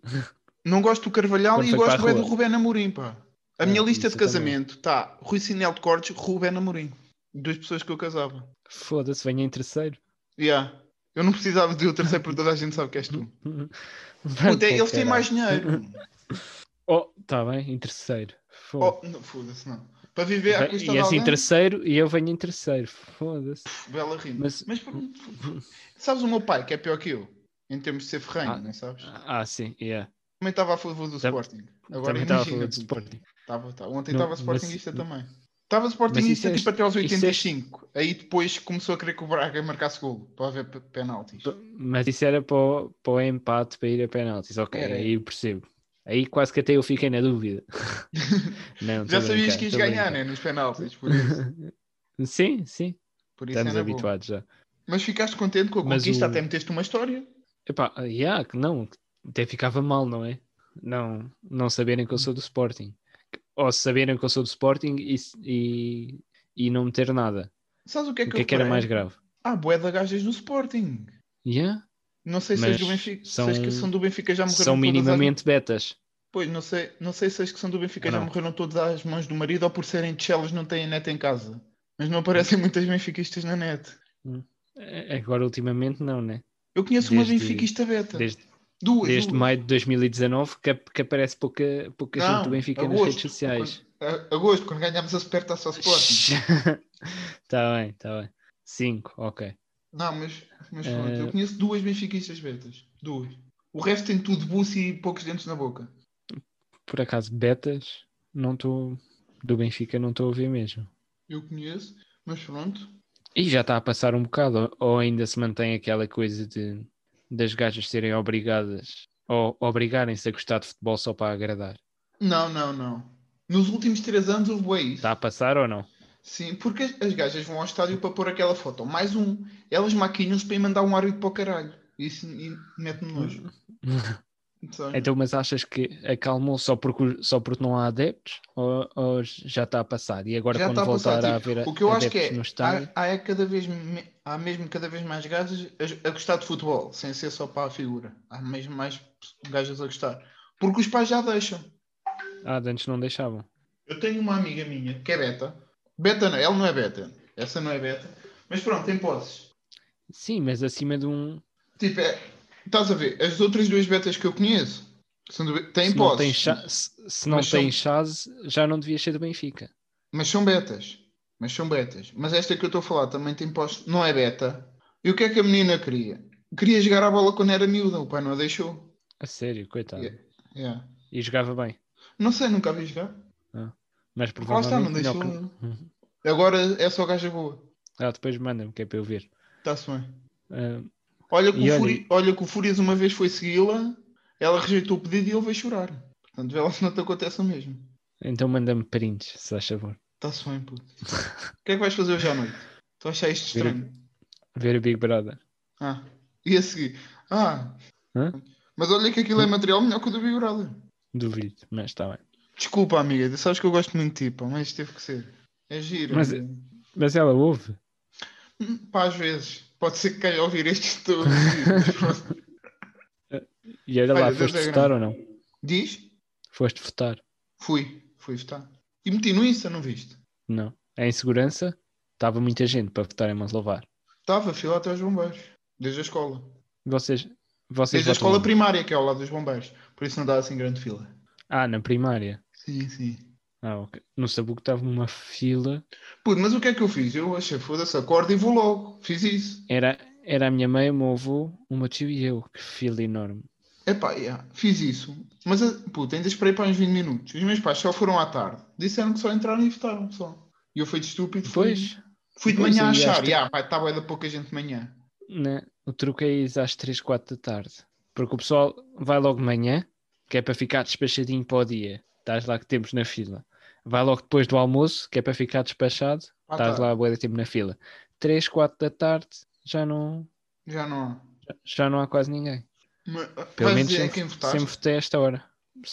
Speaker 1: Não gosto do Carvalhal
Speaker 2: Quando
Speaker 1: e
Speaker 2: foi
Speaker 1: gosto
Speaker 2: para a
Speaker 1: é do
Speaker 2: rua.
Speaker 1: Rubén Amorim, pá. A
Speaker 2: Ah,
Speaker 1: minha lista
Speaker 2: isso
Speaker 1: de
Speaker 2: eu também.
Speaker 1: casamento está Rui Sinel de Cortes, Rubén Amorim. Duas pessoas que eu casava.
Speaker 2: Foda-se, venha em terceiro.
Speaker 1: Yeah. Eu não precisava de o terceiro porque toda a gente sabe que és tu.
Speaker 2: Vai
Speaker 1: Puta,
Speaker 2: para o
Speaker 1: eles têm
Speaker 2: caralho.
Speaker 1: mais dinheiro.
Speaker 2: Oh, tá bem, em terceiro. Foda-se.
Speaker 1: Oh, não, foda-se, não. Para viver à
Speaker 2: Vai-
Speaker 1: custa
Speaker 2: e
Speaker 1: de
Speaker 2: assim
Speaker 1: alguém,
Speaker 2: em terceiro e eu venho em terceiro. Foda-se.
Speaker 1: bela rima. Mas,
Speaker 2: Mas-
Speaker 1: pronto, sabes o meu pai, que é pior que eu, em termos de ser ferrenho,
Speaker 2: Ah.
Speaker 1: não sabes?
Speaker 2: Ah, sim, yeah.
Speaker 1: Também estava a favor do
Speaker 2: Tam-
Speaker 1: Sporting. Agora
Speaker 2: Também estava a
Speaker 1: imagina.
Speaker 2: falar de
Speaker 1: puto.
Speaker 2: Sporting.
Speaker 1: Tava, tá. Ontem
Speaker 2: Não,
Speaker 1: estava
Speaker 2: mas-
Speaker 1: Sportingista também. Estava Sportingista
Speaker 2: isso é-
Speaker 1: tipo até aos
Speaker 2: isso é-
Speaker 1: 85. Aí depois começou a querer que o Braga marcasse golo para haver pe- penaltis.
Speaker 2: Mas isso era para o, para o empate, para ir a penaltis. Ok,
Speaker 1: Era.
Speaker 2: aí eu percebo. Aí quase que até eu fiquei na dúvida. Não,
Speaker 1: Já
Speaker 2: tô a
Speaker 1: sabias
Speaker 2: brincar,
Speaker 1: que ias
Speaker 2: tô a
Speaker 1: ganhar,
Speaker 2: brincar.
Speaker 1: né? Nos penaltis. Por isso,
Speaker 2: Sim, sim.
Speaker 1: por isso
Speaker 2: Estamos
Speaker 1: era bom.
Speaker 2: habituados já.
Speaker 1: Mas ficaste contente com a
Speaker 2: Mas
Speaker 1: conquista,
Speaker 2: o-
Speaker 1: até meteste uma história.
Speaker 2: Epá, yeah, que não, que até ficava mal, não é? Não, não saberem que eu sou do Sporting. Ou saberem que eu sou do Sporting e, e, e não meter nada.
Speaker 1: Sabes o que é
Speaker 2: O
Speaker 1: que,
Speaker 2: que é
Speaker 1: eu
Speaker 2: que era
Speaker 1: reparei?
Speaker 2: mais grave?
Speaker 1: Ah, bué de gajas do Sporting.
Speaker 2: Yeah,
Speaker 1: Não sei se
Speaker 2: Mas
Speaker 1: as do Benfica, se
Speaker 2: são-
Speaker 1: as que são do Benfica já morreram
Speaker 2: são
Speaker 1: todas às-
Speaker 2: minimamente betas.
Speaker 1: Pois, não sei, não sei se as que são do Benfica
Speaker 2: Ou
Speaker 1: já
Speaker 2: não?
Speaker 1: morreram todas às mãos do marido ou por serem de Chelas não têm net em casa. Mas não aparecem muitas benfiquistas na net.
Speaker 2: A- Agora, ultimamente, não, né?
Speaker 1: Eu conheço uma
Speaker 2: Desde-
Speaker 1: benfiquista beta.
Speaker 2: Desde,
Speaker 1: duas,
Speaker 2: desde
Speaker 1: duas.
Speaker 2: maio de 2019 que, ap- que aparece pouca, pouca
Speaker 1: Não,
Speaker 2: gente do Benfica nas
Speaker 1: agosto.
Speaker 2: redes sociais.
Speaker 1: A- Agosto, quando ganhámos a Supertaça ao Sporting.
Speaker 2: Está Tá bem, está bem. Cinco, ok.
Speaker 1: Não, mas, mas pronto,
Speaker 2: Eh.
Speaker 1: eu conheço duas benfiquistas betas. Duas. O resto tem tudo buço e poucos dentes na boca.
Speaker 2: Por acaso, betas, não estou. Do Benfica, não estou a ver mesmo.
Speaker 1: Eu conheço, mas pronto.
Speaker 2: E já está a passar um bocado, ou ou ainda se mantém aquela coisa de das gajas serem obrigadas ou obrigarem-se a gostar de futebol só para agradar.
Speaker 1: Não, não, não. Nos últimos três anos houve bué isso.
Speaker 2: Está Tá a passar ou não?
Speaker 1: Sim, porque as- as gajas vão ao estádio para pôr aquela foto. Mais um. Elas maquinham-se para ir mandar um árbitro para o caralho. Isso e mete-me nojo. Sabe?
Speaker 2: Então, mas achas que acalmou só porque, só porque não há adeptos? Ou, ou já está a passar? E agora
Speaker 1: Já
Speaker 2: quando
Speaker 1: está a
Speaker 2: voltar
Speaker 1: passar,
Speaker 2: a
Speaker 1: tipo,
Speaker 2: haver a-
Speaker 1: o que eu acho
Speaker 2: adeptos
Speaker 1: que é,
Speaker 2: no estádio?
Speaker 1: há, há é cada vez me- há mesmo cada vez mais gajas a, a gostar de futebol, sem ser só para a figura. Há mesmo mais gajas a gostar. Porque os pais já deixam.
Speaker 2: Ah, de antes não deixavam.
Speaker 1: Eu tenho uma amiga minha que é beta. Beta não, ela não é beta. Essa não é beta. Mas pronto, tem posses.
Speaker 2: Sim, mas acima de um.
Speaker 1: Tipo, é, estás a ver, as outras duas betas que eu conheço são do, têm
Speaker 2: se não
Speaker 1: posses,
Speaker 2: tem chá- se, se não
Speaker 1: Mas são-
Speaker 2: tem chás, já não devia ser do Benfica.
Speaker 1: mas são betas. Mas são betas. Mas esta que eu estou a falar também tem posto. Não é beta. E o que é que a menina queria? Queria jogar a bola quando era miúda, o pai não a deixou.
Speaker 2: A sério, coitado.
Speaker 1: Yeah. Yeah.
Speaker 2: E jogava bem.
Speaker 1: Não sei, nunca a vi jogar.
Speaker 2: Mas
Speaker 1: Lá está, não
Speaker 2: provavelmente
Speaker 1: deixou.
Speaker 2: melhor que- Uhum.
Speaker 1: Agora é só gaja boa.
Speaker 2: Ah, depois manda-me, que é para eu ver.
Speaker 1: Está-se bem.
Speaker 2: Ah,
Speaker 1: Olha que,
Speaker 2: E
Speaker 1: o
Speaker 2: olha-
Speaker 1: Furi- olha que o Furias uma vez foi segui-la, ela rejeitou o pedido e ele veio chorar. Portanto, vê lá se não te acontece o mesmo.
Speaker 2: então manda-me prints, se faz favor.
Speaker 1: Está-se bem, puto. O que é que vais fazer hoje à noite? Tu achas isto estranho?
Speaker 2: Ver o Big Brother.
Speaker 1: Ah, e a seguir? Ah,
Speaker 2: Hã? Hum.
Speaker 1: mas olha que aquilo é material melhor que o do Big Brother.
Speaker 2: Duvido, mas está bem.
Speaker 1: Desculpa, amiga, tu sabes que eu gosto muito de ti, pá, mas teve que ser. É giro.
Speaker 2: Mas-
Speaker 1: amiga.
Speaker 2: Mas ela ouve.
Speaker 1: Hum, Pá, às vezes. Pode ser que queira ouvir estes todos. Mas pronto.
Speaker 2: E olha lá,
Speaker 1: Olha, Deus
Speaker 2: foste
Speaker 1: é
Speaker 2: votar ou não?
Speaker 1: Diz?
Speaker 2: Foste votar?
Speaker 1: Fui, fui votar. E meti no Insta, não viste?
Speaker 2: Não. Em segurança, estava muita gente para votar em Monsalvar.
Speaker 1: Estava, fui lá até aos bombeiros. Desde a escola.
Speaker 2: Vocês, vocês
Speaker 1: Desde a
Speaker 2: votam
Speaker 1: escola
Speaker 2: onde?
Speaker 1: primária, que é ao lado dos bombeiros. Por isso não dá assim grande fila.
Speaker 2: Ah, na primária.
Speaker 1: Sim, sim.
Speaker 2: Ah, ok. No Sabuco estava uma fila.
Speaker 1: Puto, mas o que é que eu fiz? Eu achei, foda-se, acordo e vou logo. Fiz isso.
Speaker 2: Era, era a minha mãe, o meu avô, o meu tio e eu. Que fila enorme.
Speaker 1: Epá, yeah, fiz isso. Mas, ah, puto, ainda esperei para uns 20 minutos. Os meus pais só foram à tarde. Disseram que só entraram e votaram só. E eu fui de estúpido. fui-
Speaker 2: Depois,
Speaker 1: Fui de
Speaker 2: Pois,
Speaker 1: manhã a
Speaker 2: aí às
Speaker 1: achar.
Speaker 2: três-
Speaker 1: Yeah, pá, estava da pouca gente de manhã.
Speaker 2: né, o truque é ir às 3, 4 da tarde. Porque o pessoal vai logo de manhã, que é para ficar despachadinho para o dia. Estás lá que temos na fila. Vai logo depois do almoço, que é para ficar despachado.
Speaker 1: Ah,
Speaker 2: Estás
Speaker 1: tá.
Speaker 2: lá a boa de tempo na fila. 3, 4 da tarde, já não,
Speaker 1: Já não há.
Speaker 2: já não há quase ninguém.
Speaker 1: Mas, ah,
Speaker 2: Pelo
Speaker 1: vais
Speaker 2: menos
Speaker 1: dizer
Speaker 2: sempre,
Speaker 1: em quem votaste?
Speaker 2: sempre votei a esta hora.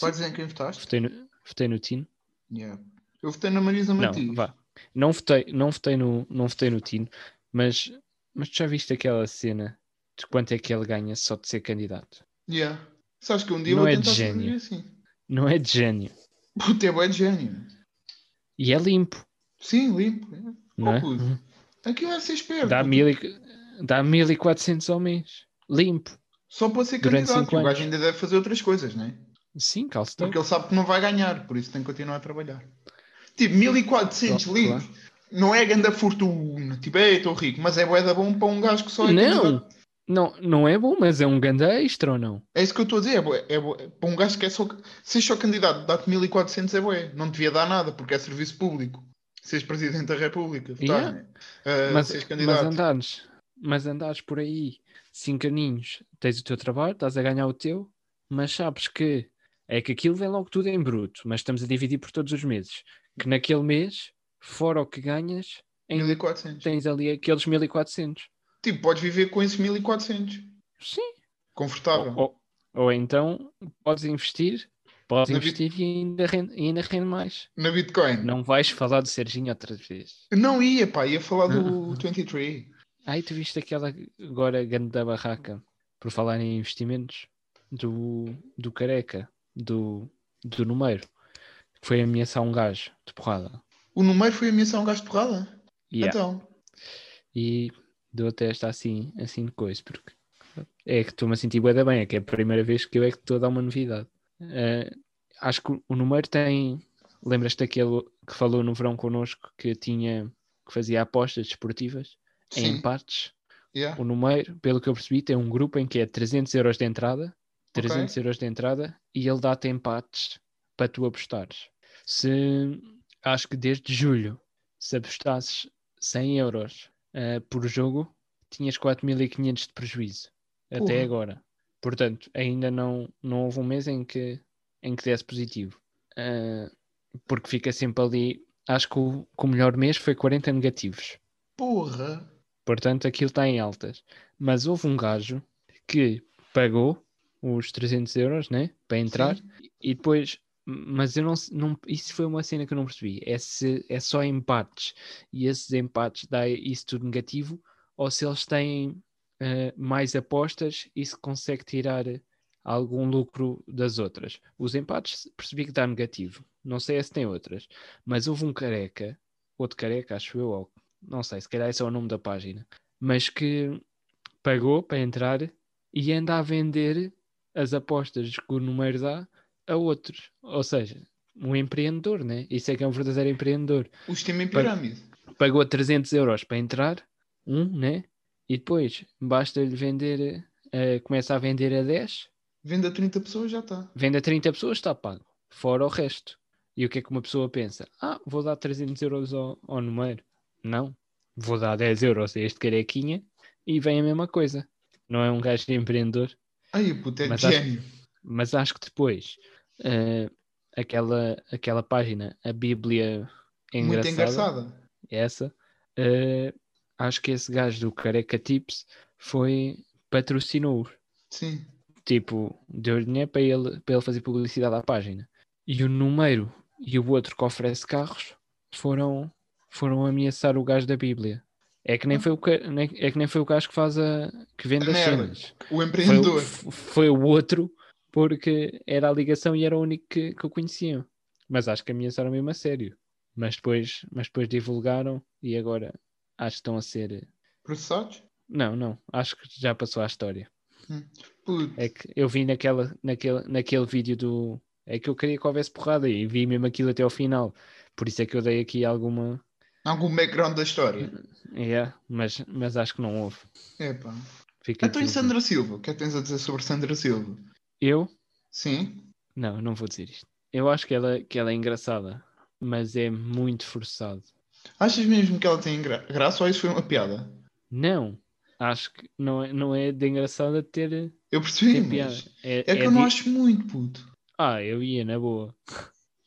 Speaker 1: Vais dizer em quem votaste?
Speaker 2: Votei no, votei no Tino.
Speaker 1: Yeah. Eu votei na Marisa
Speaker 2: Não,
Speaker 1: Matias.
Speaker 2: vá. Não votei, não votei no, não votei no Tino, mas, mas tu já viste aquela cena de quanto é que ele ganha só de ser candidato?
Speaker 1: Yeah. Sabes que um dia eu
Speaker 2: Não
Speaker 1: vou
Speaker 2: é de
Speaker 1: tentar fazer
Speaker 2: gênio.
Speaker 1: assim.
Speaker 2: Não é de gênio.
Speaker 1: O teu é de gênio.
Speaker 2: E é limpo,
Speaker 1: Sim, limpo. é.
Speaker 2: não é?
Speaker 1: Oh, puto. Aquilo é ser esperto.
Speaker 2: Dá,
Speaker 1: puto.
Speaker 2: mil e, dá 1400 ao mês. Limpo.
Speaker 1: Só pode ser
Speaker 2: durante
Speaker 1: candidato.
Speaker 2: cinco
Speaker 1: O gajo
Speaker 2: anos.
Speaker 1: ainda deve fazer outras coisas, não é?
Speaker 2: Sim, calcetão.
Speaker 1: Porque ele sabe que não vai ganhar, por isso tem que continuar a trabalhar. Tipo, 1400
Speaker 2: Claro.
Speaker 1: livros. Não é grande fortuna. Tipo, é, estou rico. Mas é boeda bom para um gajo que só é candidato.
Speaker 2: Não, não, não é bom, mas é um ganda extra ou não?
Speaker 1: É isso que eu estou a dizer. É bué- é bué- Para um gajo que é só. Se és só candidato, dá-te 1400 é boé. Não devia dar nada, porque é serviço público. Seres presidente da República. Votar,
Speaker 2: Yeah.
Speaker 1: né? Ah,
Speaker 2: mas,
Speaker 1: seres
Speaker 2: mas
Speaker 1: candidato.
Speaker 2: andares, mas andares por aí, cinco aninhos, tens o teu trabalho, estás a ganhar o teu, mas sabes que é que aquilo vem logo tudo em bruto, mas estamos a dividir por todos os meses. Que naquele mês, fora o que ganhas, ainda
Speaker 1: 1400.
Speaker 2: tens ali aqueles 1400.
Speaker 1: Tipo, podes viver com esses 1400.
Speaker 2: Sim.
Speaker 1: Confortável.
Speaker 2: Ou, ou- ou então podes investir, podes
Speaker 1: Na vi-
Speaker 2: investir e ainda, rende, e ainda rende mais.
Speaker 1: Na Bitcoin. Não.
Speaker 2: oh. Não vais falar do Serginho outra vez.
Speaker 1: ia, pá. Ia falar do 23.
Speaker 2: Ai, tu viste aquela agora grande da barraca, por falar em investimentos, do, do careca, do, do número, que foi ameaçar um gajo de porrada.
Speaker 1: O número foi a missão gasto de porrada?
Speaker 2: Yeah.
Speaker 1: Então.
Speaker 2: E dou até esta assim, assim de coisa, porque é que estou-me a sentir bué da bem, é que é a primeira vez que eu é que estou a dar uma novidade. Eh, acho que o- o número tem. Lembras-te daquele que falou no verão connosco que tinha que fazia apostas desportivas em
Speaker 1: Sim.
Speaker 2: partes?
Speaker 1: Yeah.
Speaker 2: O número, pelo que eu percebi, tem um grupo em que é 300 euros de entrada, 300 euros de entrada, e ele dá-te empates para tu apostares. Se, acho que desde julho, se apostasses 100 euros ah, por jogo, tinhas 4.500 de prejuízo, até
Speaker 1: Porra.
Speaker 2: agora. Portanto, ainda não, não houve um mês em que, em que desse positivo. Ah, porque fica sempre ali, acho que o, que o melhor mês foi 40 negativos.
Speaker 1: Porra.
Speaker 2: Portanto, aquilo está em altas. Mas houve um gajo que pagou os 300 euros, né? Para entrar.
Speaker 1: Sim.
Speaker 2: E depois... Mas eu não, se- não... Isso foi uma cena que eu não percebi. É, se, é só empates. E esses empates dá isso tudo negativo. Ou se eles têm eh, mais apostas e se consegue tirar algum lucro das outras. Os empates percebi que dá negativo. Não sei é se tem outras. Mas houve um careca, outro careca, acho eu, ou não sei, se calhar esse é o nome da página, mas que pagou para entrar e anda a vender as apostas que o número dá a outros. Ou seja, um empreendedor, né? Isso é que é um verdadeiro empreendedor.
Speaker 1: O sistema em
Speaker 2: Para-
Speaker 1: pirâmide.
Speaker 2: pagou 300 euros para entrar, um, né? E depois basta-lhe vender, eh, começa a vender a 10,
Speaker 1: Vende a 30 pessoas, já tá. está.
Speaker 2: vende a 30 pessoas, está pago, fora o resto. E o que é que uma pessoa pensa? Ah, vou dar 300 euros ao, ao número. Não, vou dar 10 euros a este carequinha e vem a mesma coisa. Não é um gajo empreendedor.
Speaker 1: Aí, puto, é
Speaker 2: Mas acho-
Speaker 1: gênio.
Speaker 2: mas acho que depois eh, aquela, aquela página, a Bíblia
Speaker 1: Muito
Speaker 2: engraçada, é
Speaker 1: engraçada.
Speaker 2: essa, eh, acho que esse gajo do Careca Tips foi patrocinou
Speaker 1: Sim.
Speaker 2: tipo, deu dinheiro para ele, para ele fazer publicidade à página. E o número e o outro que oferece carros foram, foram ameaçar o gajo da Bíblia. É que
Speaker 1: Ah.
Speaker 2: nem foi o, ca- nem- é que nem foi o gajo que faz a que vende
Speaker 1: A
Speaker 2: as
Speaker 1: merda.
Speaker 2: cenas
Speaker 1: O
Speaker 2: foi, o-
Speaker 1: empreendedor.
Speaker 2: f- foi o outro, porque era a ligação e era o único que, que o conheciam. Mas acho que ameaçaram mesmo a sério. Mas depois, mas depois divulgaram e agora acho que estão a ser.
Speaker 1: Processados?
Speaker 2: Não, não, acho que já passou à história.
Speaker 1: Puto.
Speaker 2: É que eu vi naquela, naquele, naquele vídeo do. É que eu queria que houvesse porrada e vi mesmo aquilo até ao final. Por isso é que eu dei aqui alguma.
Speaker 1: Algum background da história.
Speaker 2: É, mas, mas acho que não houve.
Speaker 1: Epá.
Speaker 2: Fica
Speaker 1: Então e
Speaker 2: aqui.
Speaker 1: Sandra Silva? O que é que tens a dizer sobre Sandra Silva?
Speaker 2: Eu
Speaker 1: Sim?
Speaker 2: Não, não vou dizer isto. Eu acho que ela, que ela é engraçada, mas é muito forçado.
Speaker 1: Achas mesmo que ela tem gra- graça ou isso foi uma piada?
Speaker 2: Não, acho que não é, não é de engraçada ter,
Speaker 1: Eu percebi,
Speaker 2: ter piada.
Speaker 1: mas...
Speaker 2: É,
Speaker 1: É
Speaker 2: é
Speaker 1: que eu não
Speaker 2: de-
Speaker 1: acho muito, puto.
Speaker 2: Ah, eu ia, na boa.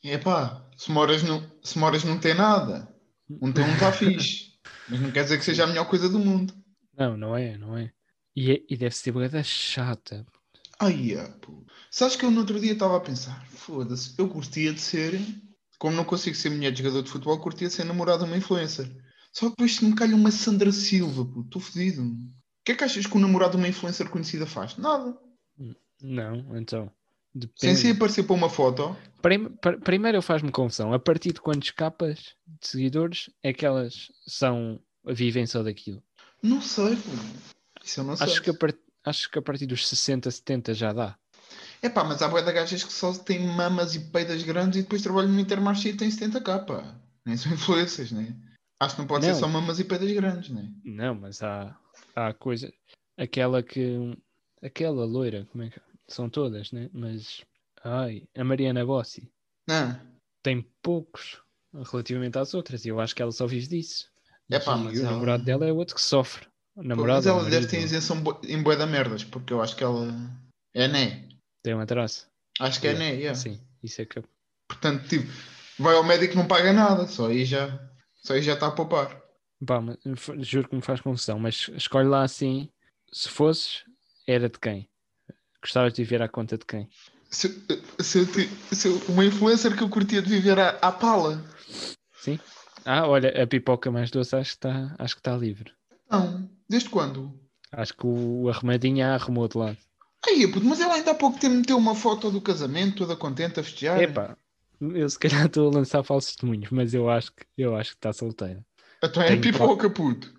Speaker 1: Epá, se moras, não, se moras não tem nada. Então não está fixe. Mas não quer dizer que seja a melhor coisa do mundo.
Speaker 2: Não, não é, não é. E, é- e deve ser boeda chata.
Speaker 1: Ai, é, pô. Sabes que eu no outro dia estava a pensar, foda-se, eu curtia de ser, como não consigo ser mulher de jogador de futebol, curtia de ser namorada de uma influencer. Só que depois se me calha uma Sandra Silva, pô, estou fodido. O que é que achas que o namorado de uma influencer conhecida faz? Nada.
Speaker 2: Não, então.
Speaker 1: Sem
Speaker 2: Depende.
Speaker 1: se aparecer para uma foto,
Speaker 2: Prim- pr- primeiro eu faz-me confusão. A partir de quantas capas de seguidores é que elas são, vivem só daquilo?
Speaker 1: não sei, pô. Isso eu não sei.
Speaker 2: Acho que, a par- acho que a partir dos 60, 70 já dá.
Speaker 1: Epá, mas há boia de gajas que só têm mamas e peidas grandes e depois trabalham no Intermarché e têm 70k, pá. Nem são influencers, né? Acho que não pode
Speaker 2: Não.
Speaker 1: ser só mamas e peidas grandes, né?
Speaker 2: Não, mas há, há coisa. Aquela que. Aquela loira, como é que. São todas, né? Mas. Ai, a Mariana Bossi
Speaker 1: Não.
Speaker 2: tem poucos relativamente às outras. E eu acho que ela só vive disso.
Speaker 1: Epá,
Speaker 2: e
Speaker 1: mas
Speaker 2: o
Speaker 1: ela-
Speaker 2: namorado dela é outro que sofre. O
Speaker 1: Pô,
Speaker 2: namorado
Speaker 1: mas
Speaker 2: ou o
Speaker 1: ela deve
Speaker 2: um marido,
Speaker 1: ter isenção bo- em boia da merdas, porque eu acho que ela é né?
Speaker 2: tem uma traça.
Speaker 1: Acho que é né, yeah.
Speaker 2: Sim, isso é que.
Speaker 1: Portanto, tipo, vai ao médico e não paga nada, só aí já só aí já está a poupar.
Speaker 2: Pá, mas, f- juro que me faz confusão, mas escolhe lá assim. Se fosses, era de quem? Gostavas de viver à conta de quem?
Speaker 1: Se, se eu te- se eu- uma influencer que eu curtia de viver à, à pala.
Speaker 2: Sim? Ah, olha, a pipoca mais doce acho que está acho que tá livre.
Speaker 1: Não, desde quando?
Speaker 2: Acho que o arrumadinho a arrumou de lado.
Speaker 1: Aí, puto, mas ela ainda há pouco tempo meteu uma foto do casamento, toda contente a festejar.
Speaker 2: Epá, eu se calhar estou a lançar falsos testemunhos, mas eu acho que eu acho que está solteira.
Speaker 1: Então é a
Speaker 2: Tenho
Speaker 1: pipoca, puto.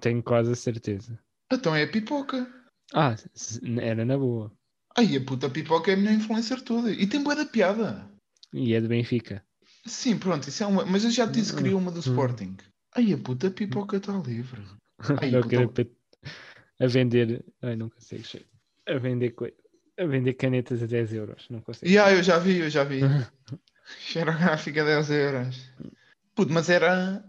Speaker 2: Tenho quase a certeza.
Speaker 1: Então é a pipoca.
Speaker 2: Ah, se- era na boa.
Speaker 1: Aí, puta, a pipoca é a melhor influencer toda. E tem boa da piada.
Speaker 2: E é de Benfica.
Speaker 1: Sim, pronto, isso é uma. Mas eu já te disse que queria uma do
Speaker 2: Hum.
Speaker 1: Sporting. Ai, a puta pipoca está livre. Ai,
Speaker 2: Eu
Speaker 1: puta,
Speaker 2: quero pe- a vender. Ai, não consigo. chega. A vender coi- A vender canetas a 10 euros. Não consigo.
Speaker 1: Ya, eu já vi, eu já vi. Xerográfica 10 euros. Puto, mas era.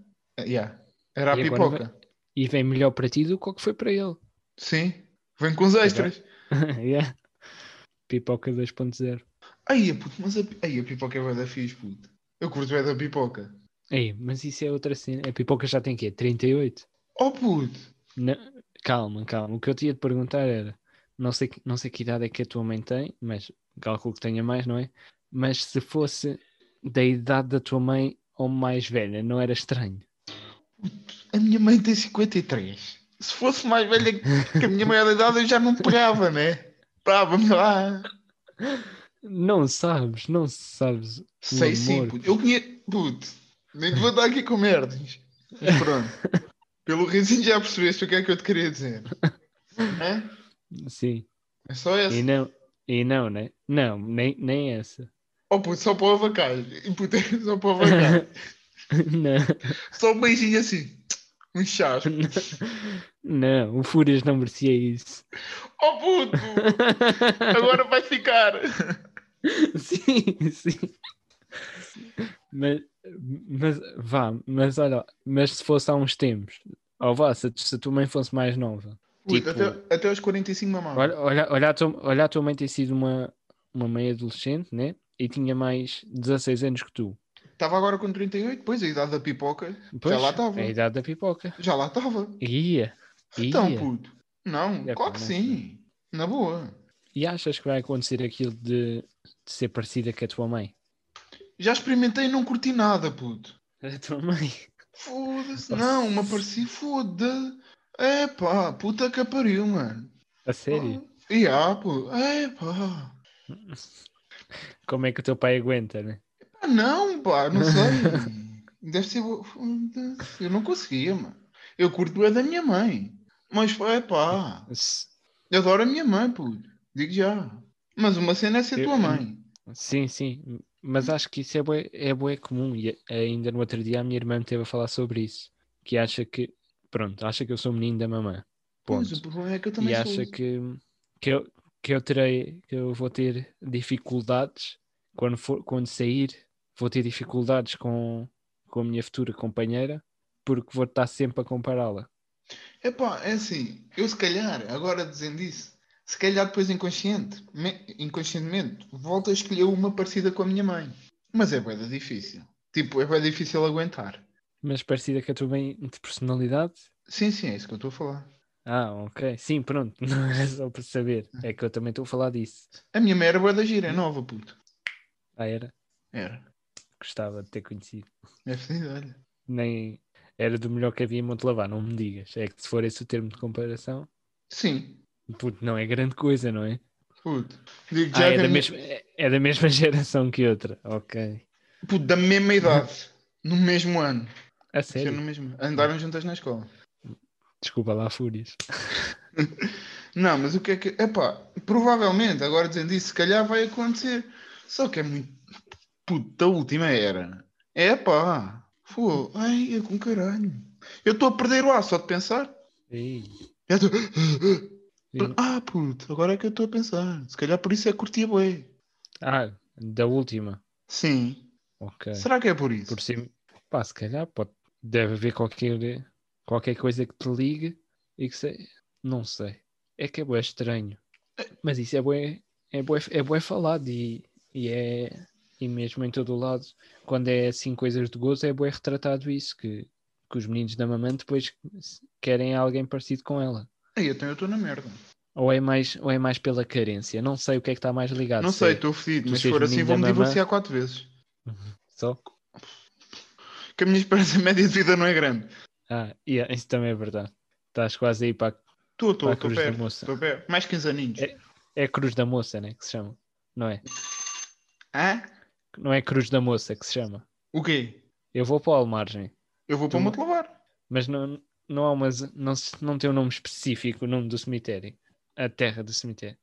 Speaker 1: Ya, Era a
Speaker 2: E agora
Speaker 1: pipoca.
Speaker 2: E vem melhor para ti do que o que foi para ele.
Speaker 1: Sim. Vem com os extras.
Speaker 2: Yeah. Pipoca 2.0.
Speaker 1: Ai, a puto, mas a, pi- ai, a pipoca é bué da fixe, puto. Eu curto bué da pipoca.
Speaker 2: Ei, mas isso é outra cena. A pipoca já tem quê? 38?
Speaker 1: Oh, puto.
Speaker 2: Não, calma, calma. O que eu tinha de perguntar era: não sei, que- não sei que idade é que a tua mãe tem, mas calculo que tenha mais, não é? Mas se fosse da idade da tua mãe ou mais velha, não era estranho.
Speaker 1: A minha mãe tem 53. Se fosse mais velha que a minha maior idade, eu já não pegava, né? Pá, vamos lá.
Speaker 2: Não sabes, não sabes. o
Speaker 1: Sei sim,
Speaker 2: amor.
Speaker 1: puto. Eu conheço. Puto, nem te vou dar aqui com merdas. Mas pronto. Pelo risinho já percebeste o que é que eu te queria dizer. Hã?
Speaker 2: Sim.
Speaker 1: É só essa.
Speaker 2: E não, e não, né? Não, nem, nem essa.
Speaker 1: Oh puto, só para o avacalho. E puto, é só para o avacalho.
Speaker 2: Não,
Speaker 1: Só um beijinho assim. Um chasco.
Speaker 2: não, o Fúrias não merecia isso.
Speaker 1: Oh puto! Agora vai ficar.
Speaker 2: Sim, sim. Mas, mas vá, mas olha, mas se fosse há uns tempos, ou vá, se, se a tua mãe fosse mais nova,
Speaker 1: Ui,
Speaker 2: Tipo-
Speaker 1: até, até aos 45 mamava.
Speaker 2: olha, olha, olha, a, tua, olha a tua mãe ter sido uma, uma mãe adolescente, né? E tinha mais 16 anos que tu.
Speaker 1: Estava agora com 38, pois a idade da pipoca.
Speaker 2: Pois,
Speaker 1: lá estava.
Speaker 2: É a idade da pipoca.
Speaker 1: Já lá estava.
Speaker 2: Ia, ia.
Speaker 1: Então, puto. Não,
Speaker 2: É,
Speaker 1: claro
Speaker 2: pá,
Speaker 1: que
Speaker 2: não
Speaker 1: sim. Na boa.
Speaker 2: E achas que vai acontecer aquilo de, de ser parecida com a tua mãe?
Speaker 1: Já experimentei e não curti nada, puto.
Speaker 2: A tua mãe?
Speaker 1: Foda-se.
Speaker 2: Nossa.
Speaker 1: Não, me apareci foda. É pá, puta que pariu, mano.
Speaker 2: A sério?
Speaker 1: E há, pô. É pá.
Speaker 2: Como é que o teu pai aguenta, né?
Speaker 1: Ah, não, pá, não sei. Deve ser. bo- Foda-se. Eu não conseguia, mano. Eu curto é da minha mãe. Mas, pá, é pá.
Speaker 2: S-
Speaker 1: Eu adoro a minha mãe, puto. Digo já. Mas uma cena é ser
Speaker 2: Eu-
Speaker 1: tua mãe.
Speaker 2: Sim, sim.
Speaker 1: Hum.
Speaker 2: Mas acho que isso é bué, é bué comum. E ainda no outro dia a minha irmã me teve a falar sobre isso. Que acha que, pronto, acha que eu sou menino da mamã.
Speaker 1: Pois,
Speaker 2: Ponto.
Speaker 1: o problema é que eu
Speaker 2: E
Speaker 1: também sou.
Speaker 2: acha que, que, eu, que eu terei, que eu vou ter dificuldades quando, for, quando sair, vou ter dificuldades com, com a minha futura companheira, porque vou estar sempre a compará-la.
Speaker 1: Epá, é assim, eu se calhar, agora dizendo isso, se calhar depois inconsciente, me- inconscientemente, volto a escolher uma parecida com a minha mãe. Mas é bem difícil. Tipo, é bem difícil aguentar.
Speaker 2: Mas parecida com a tua mãe de personalidade,
Speaker 1: Sim, sim, é isso que eu estou a falar.
Speaker 2: Ah, ok. Sim, pronto. Não era só para saber. É que eu também estou a falar disso.
Speaker 1: A minha mãe era bué da gira, é nova, puto.
Speaker 2: Ah, era.
Speaker 1: Era.
Speaker 2: Gostava de ter conhecido.
Speaker 1: É feliz, olha.
Speaker 2: Nem era do melhor que havia em Montelabá, não me digas. É que se for esse o termo de comparação,
Speaker 1: Sim,
Speaker 2: puto, não é grande coisa, não é?
Speaker 1: puto. Digo
Speaker 2: Ah,
Speaker 1: já que
Speaker 2: é
Speaker 1: a
Speaker 2: da,
Speaker 1: minha-
Speaker 2: mesma, é- é da mesma geração que outra. Ok.
Speaker 1: Puto, da mesma idade, no mesmo ano.
Speaker 2: A
Speaker 1: Nasceram
Speaker 2: sério?
Speaker 1: No mesmo... Andaram juntas na escola.
Speaker 2: Desculpa lá, Fúrias.
Speaker 1: Não, mas o que é que. Epá, provavelmente, agora dizendo isso, se calhar vai acontecer. Só que é muito. Puta, a última era. Epá, fô, ai, é com caralho. Eu estou a perder o ar só de pensar.
Speaker 2: Ei,
Speaker 1: Eu tô-
Speaker 2: sim.
Speaker 1: Ah, puto, agora é que eu estou a pensar. Se calhar por isso é que curti a bué.
Speaker 2: Ah, da última.
Speaker 1: Sim.
Speaker 2: Ok.
Speaker 1: Será que é por isso?
Speaker 2: Por cima. Pá, se calhar pode... deve haver qualquer... qualquer coisa que te ligue e que sei. Não sei. É que é bué estranho. Mas isso é bué, é bué, é bué falado e, e é. E mesmo em todo o lado, quando é assim coisas de gozo, é bué retratado isso, que, que os meninos da mamãe depois querem alguém parecido com ela.
Speaker 1: Aí, então eu estou na merda.
Speaker 2: Ou é mais, ou é mais pela carência. Não sei o que é que está mais ligado.
Speaker 1: Não
Speaker 2: se
Speaker 1: sei,
Speaker 2: é
Speaker 1: estou fedido,
Speaker 2: Tu
Speaker 1: mas se
Speaker 2: seres
Speaker 1: for assim
Speaker 2: menino
Speaker 1: vou-me
Speaker 2: da mamã.
Speaker 1: divorciar quatro vezes.
Speaker 2: Só?
Speaker 1: Que a minha esperança média de vida não é grande.
Speaker 2: Ah, yeah, isso também é verdade. Estás quase aí para.
Speaker 1: Estou, estou,
Speaker 2: Vai,
Speaker 1: estou
Speaker 2: Cruz da
Speaker 1: perto.
Speaker 2: Moça.
Speaker 1: Estou perto. Mais 15 aninhos.
Speaker 2: É- É a Cruz da Moça, né? Que se chama. Não é?
Speaker 1: Hã?
Speaker 2: Não é Cruz da Moça que se chama.
Speaker 1: O quê?
Speaker 2: Eu vou para o Almargem,
Speaker 1: Eu vou para o
Speaker 2: Tu-
Speaker 1: Monte Lavar.
Speaker 2: mas não, não há umas, não, se- não tem um nome específico, o nome do cemitério. A terra do cemitério.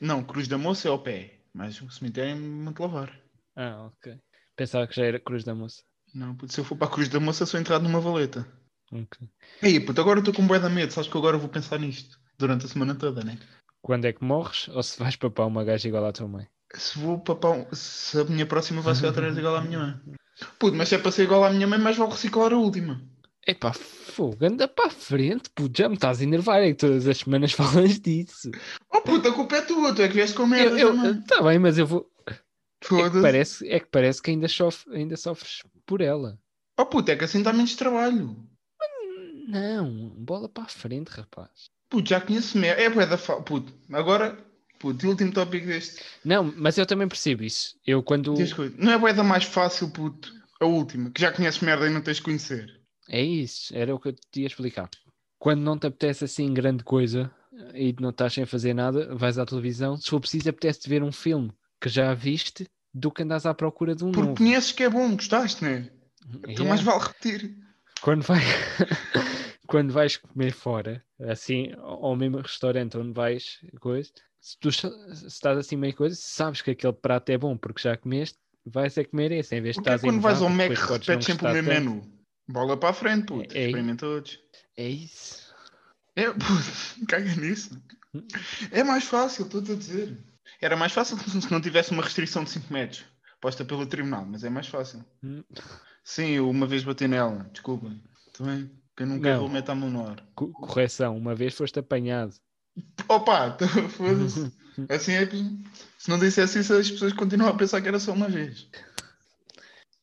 Speaker 1: Não, Cruz da Moça é ao pé. Mas o cemitério é Monte Lavar.
Speaker 2: Ah, ok. Pensava que já era Cruz da Moça.
Speaker 1: Não, puto, se eu for para a Cruz da Moça sou entrado numa valeta.
Speaker 2: Ok.
Speaker 1: Ei, puto, agora estou com um bué da medo. Sabes que agora eu vou pensar nisto. Durante a semana toda, né?
Speaker 2: Quando é que morres ou se vais papar uma gaja igual à tua mãe?
Speaker 1: Se vou para pão... Se a minha próxima vai ser outra vez igual à minha mãe. Puto, mas se é para ser igual à minha mãe, mais vou reciclar a última.
Speaker 2: Epá, fogo, anda para a frente, puto, já me estás a enervar, é que todas as semanas falas disso.
Speaker 1: Oh puto, a culpa é tua. Tu é que vieste com merda
Speaker 2: Eu, eu,
Speaker 1: também.
Speaker 2: tá bem, mas eu vou. É que
Speaker 1: Foda-se.
Speaker 2: parece, é que, parece que ainda, sofre, ainda sofres por ela.
Speaker 1: Oh puto, é que assim dá menos trabalho.
Speaker 2: Não, bola para a frente, rapaz.
Speaker 1: Puto, já conheço merda. É bué da... fa- Puto, agora... Puto, e o último tópico deste...
Speaker 2: Não, mas eu também percebo isso. Eu quando.
Speaker 1: Diz coisa. Não é a moeda mais fácil, puto. A última, que já conheces merda e não tens de conhecer.
Speaker 2: É isso, era o que eu te ia explicar. Quando não te apetece assim grande coisa eh, e não estás sem fazer nada, vais à televisão. Se for preciso, apetece ver um filme que já viste do que andas à procura de um
Speaker 1: Porque
Speaker 2: novo.
Speaker 1: conheces que é bom, gostaste, não é? Então
Speaker 2: Yeah.
Speaker 1: mais vale repetir.
Speaker 2: Quando, vai... quando vais comer fora, assim, ao ao mesmo restaurante onde vais, coisa, se tu sa- se estás assim meio coisa, sabes que aquele prato é bom porque já comeste, vais é comer esse em vez de
Speaker 1: Porque é
Speaker 2: estás
Speaker 1: que quando
Speaker 2: em
Speaker 1: vais
Speaker 2: vácuo,
Speaker 1: ao Mac
Speaker 2: depois podes não
Speaker 1: repetes sempre o
Speaker 2: gostar
Speaker 1: mesmo
Speaker 2: tanto.
Speaker 1: menu? Bola para a frente, puto.
Speaker 2: É, é.
Speaker 1: Experimenta outros.
Speaker 2: É isso.
Speaker 1: É, puto, caga nisso. É mais fácil, estou-te a dizer. Era mais fácil se não tivesse uma restrição de 5 metros posta pelo tribunal, mas é mais fácil.
Speaker 2: Hum.
Speaker 1: Sim, eu uma vez bati nela, desculpem. Também, que eu nunca
Speaker 2: Não.
Speaker 1: vou meter a mão no ar.
Speaker 2: Co- correção, uma vez foste apanhado.
Speaker 1: Opa, tá, foda-se. Assim é que, se não dissesse isso, as pessoas continuam a pensar que era só uma vez.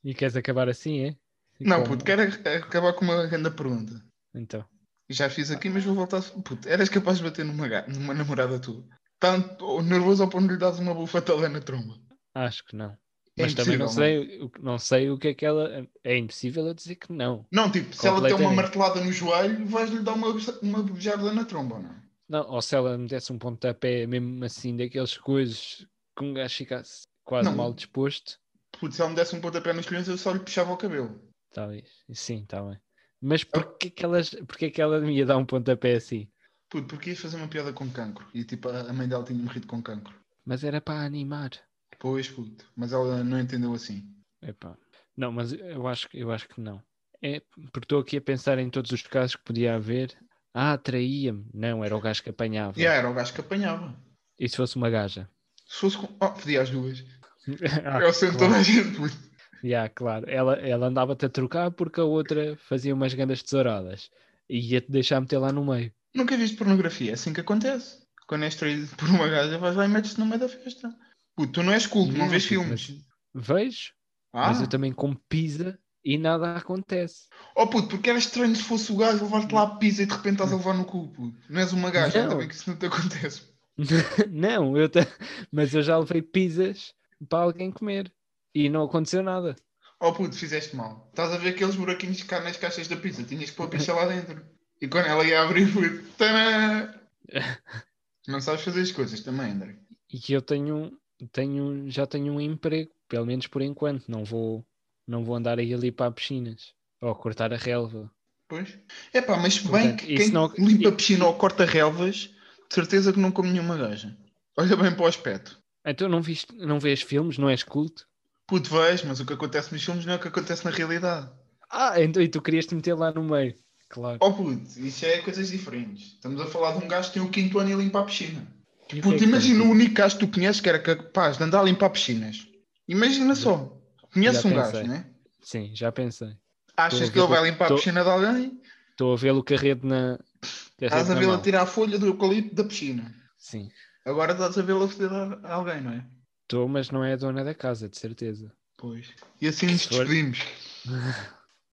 Speaker 2: E queres acabar assim, é? E
Speaker 1: Não,
Speaker 2: como?
Speaker 1: puto, quero a- acabar com uma grande pergunta.
Speaker 2: Então,
Speaker 1: Já fiz aqui, mas vou voltar. a- Puto, eras capaz de bater numa, ga- numa namorada tua? Tanto ou nervoso ao ponto de lhe dares uma bufatada na tromba.
Speaker 2: acho que não.
Speaker 1: É
Speaker 2: Mas também
Speaker 1: impossível,
Speaker 2: não sei, o- não sei o que é que ela. É impossível eu dizer que não.
Speaker 1: Não, tipo, se ela tem uma
Speaker 2: Completamente.
Speaker 1: martelada no joelho, vais-lhe dar uma, bes- uma beijada na tromba, ou não?
Speaker 2: Não, ou se ela me desse um pontapé mesmo assim, daqueles coisas que um gajo ficasse quase
Speaker 1: Não.
Speaker 2: mal disposto,
Speaker 1: Putz, se ela me desse um pontapé nas crianças, eu só lhe puxava o cabelo.
Speaker 2: talvez. Sim, está bem. Mas porquê que, elas, porquê que ela me ia dar um pontapé assim?
Speaker 1: Puto, porque ias fazer uma piada com cancro. E tipo, a a mãe dela tinha morrido com cancro.
Speaker 2: Mas era para animar.
Speaker 1: Pois, puto. Mas ela não entendeu assim.
Speaker 2: Epá. Não, mas eu acho, que- eu acho que não. É porque estou aqui a pensar em todos os casos que podia haver. Ah, traía-me. Não, era o gajo que apanhava.
Speaker 1: E ah, era o gajo que apanhava.
Speaker 2: E se fosse uma gaja?
Speaker 1: Se fosse com. Oh, podia as duas.
Speaker 2: ah,
Speaker 1: é o sempre toda a gente, puto.
Speaker 2: já, claro. Ela, ela andava-te a trocar porque a outra fazia umas grandes tesouradas. E ia-te deixar meter lá no meio.
Speaker 1: Nunca viste pornografia, é assim que acontece. Quando és traído por uma gaja, vais lá e metes-te no meio da festa. Puto, tu não és culto, não,
Speaker 2: Não,
Speaker 1: vês
Speaker 2: puto,
Speaker 1: filmes.
Speaker 2: Vejo,
Speaker 1: Ah,
Speaker 2: mas eu também como pisa e nada acontece.
Speaker 1: Oh puto, porque era estranho se fosse o gajo levar-te lá a pizza e de repente estás a levar no cu, puto. Não és uma gaja,
Speaker 2: Não.
Speaker 1: ainda bem que isso não te acontece.
Speaker 2: não, eu ta- mas eu já levei pizzas para alguém comer. E não aconteceu nada.
Speaker 1: Oh puto, fizeste mal. Estás a ver aqueles buraquinhos cá nas caixas da pizza, tinhas que pôr a pizza lá dentro. E quando ela ia abrir, puto, tadã! Não sabes fazer as coisas também, André.
Speaker 2: e que eu tenho, tenho já tenho um emprego, pelo menos por enquanto, não vou não vou andar aí ali para piscinas ou cortar a relva.
Speaker 1: Pois. É pá, mas se bem
Speaker 2: Portanto,
Speaker 1: que
Speaker 2: isso
Speaker 1: quem
Speaker 2: não-
Speaker 1: limpa a piscina ou corta relvas, de certeza que não come nenhuma gaja. Olha bem para o aspecto.
Speaker 2: Então não viste, não vês filmes, não és culto?
Speaker 1: Puto, vês, mas o que acontece nos filmes não é o que acontece na realidade.
Speaker 2: Ah, então e tu querias te meter lá no meio. Claro.
Speaker 1: Oh puto, isso é coisas diferentes. Estamos a falar de um gajo que tem o quinto ano e limpa a piscina.
Speaker 2: E o que é
Speaker 1: Puto,
Speaker 2: que
Speaker 1: imagina um-
Speaker 2: tens?
Speaker 1: o único gajo que tu conheces que era capaz de andar a limpar piscinas. Imagina só. Conheces
Speaker 2: Já
Speaker 1: um gajo,
Speaker 2: pensei.
Speaker 1: né?
Speaker 2: Sim, já pensei. Tô
Speaker 1: Achas
Speaker 2: a
Speaker 1: que ele
Speaker 2: ver-
Speaker 1: vai limpar
Speaker 2: tô-
Speaker 1: a piscina de alguém?
Speaker 2: Estou a vê-lo carredo na carredo
Speaker 1: Estás a
Speaker 2: na
Speaker 1: vê-lo
Speaker 2: é mão.
Speaker 1: tirar a folha do eucalipto da piscina.
Speaker 2: Sim.
Speaker 1: Agora estás a vê-lo foder a alguém, não é?
Speaker 2: Estou, mas não é a dona da casa, de certeza.
Speaker 1: Pois. E assim nos
Speaker 2: Se for-
Speaker 1: despedimos.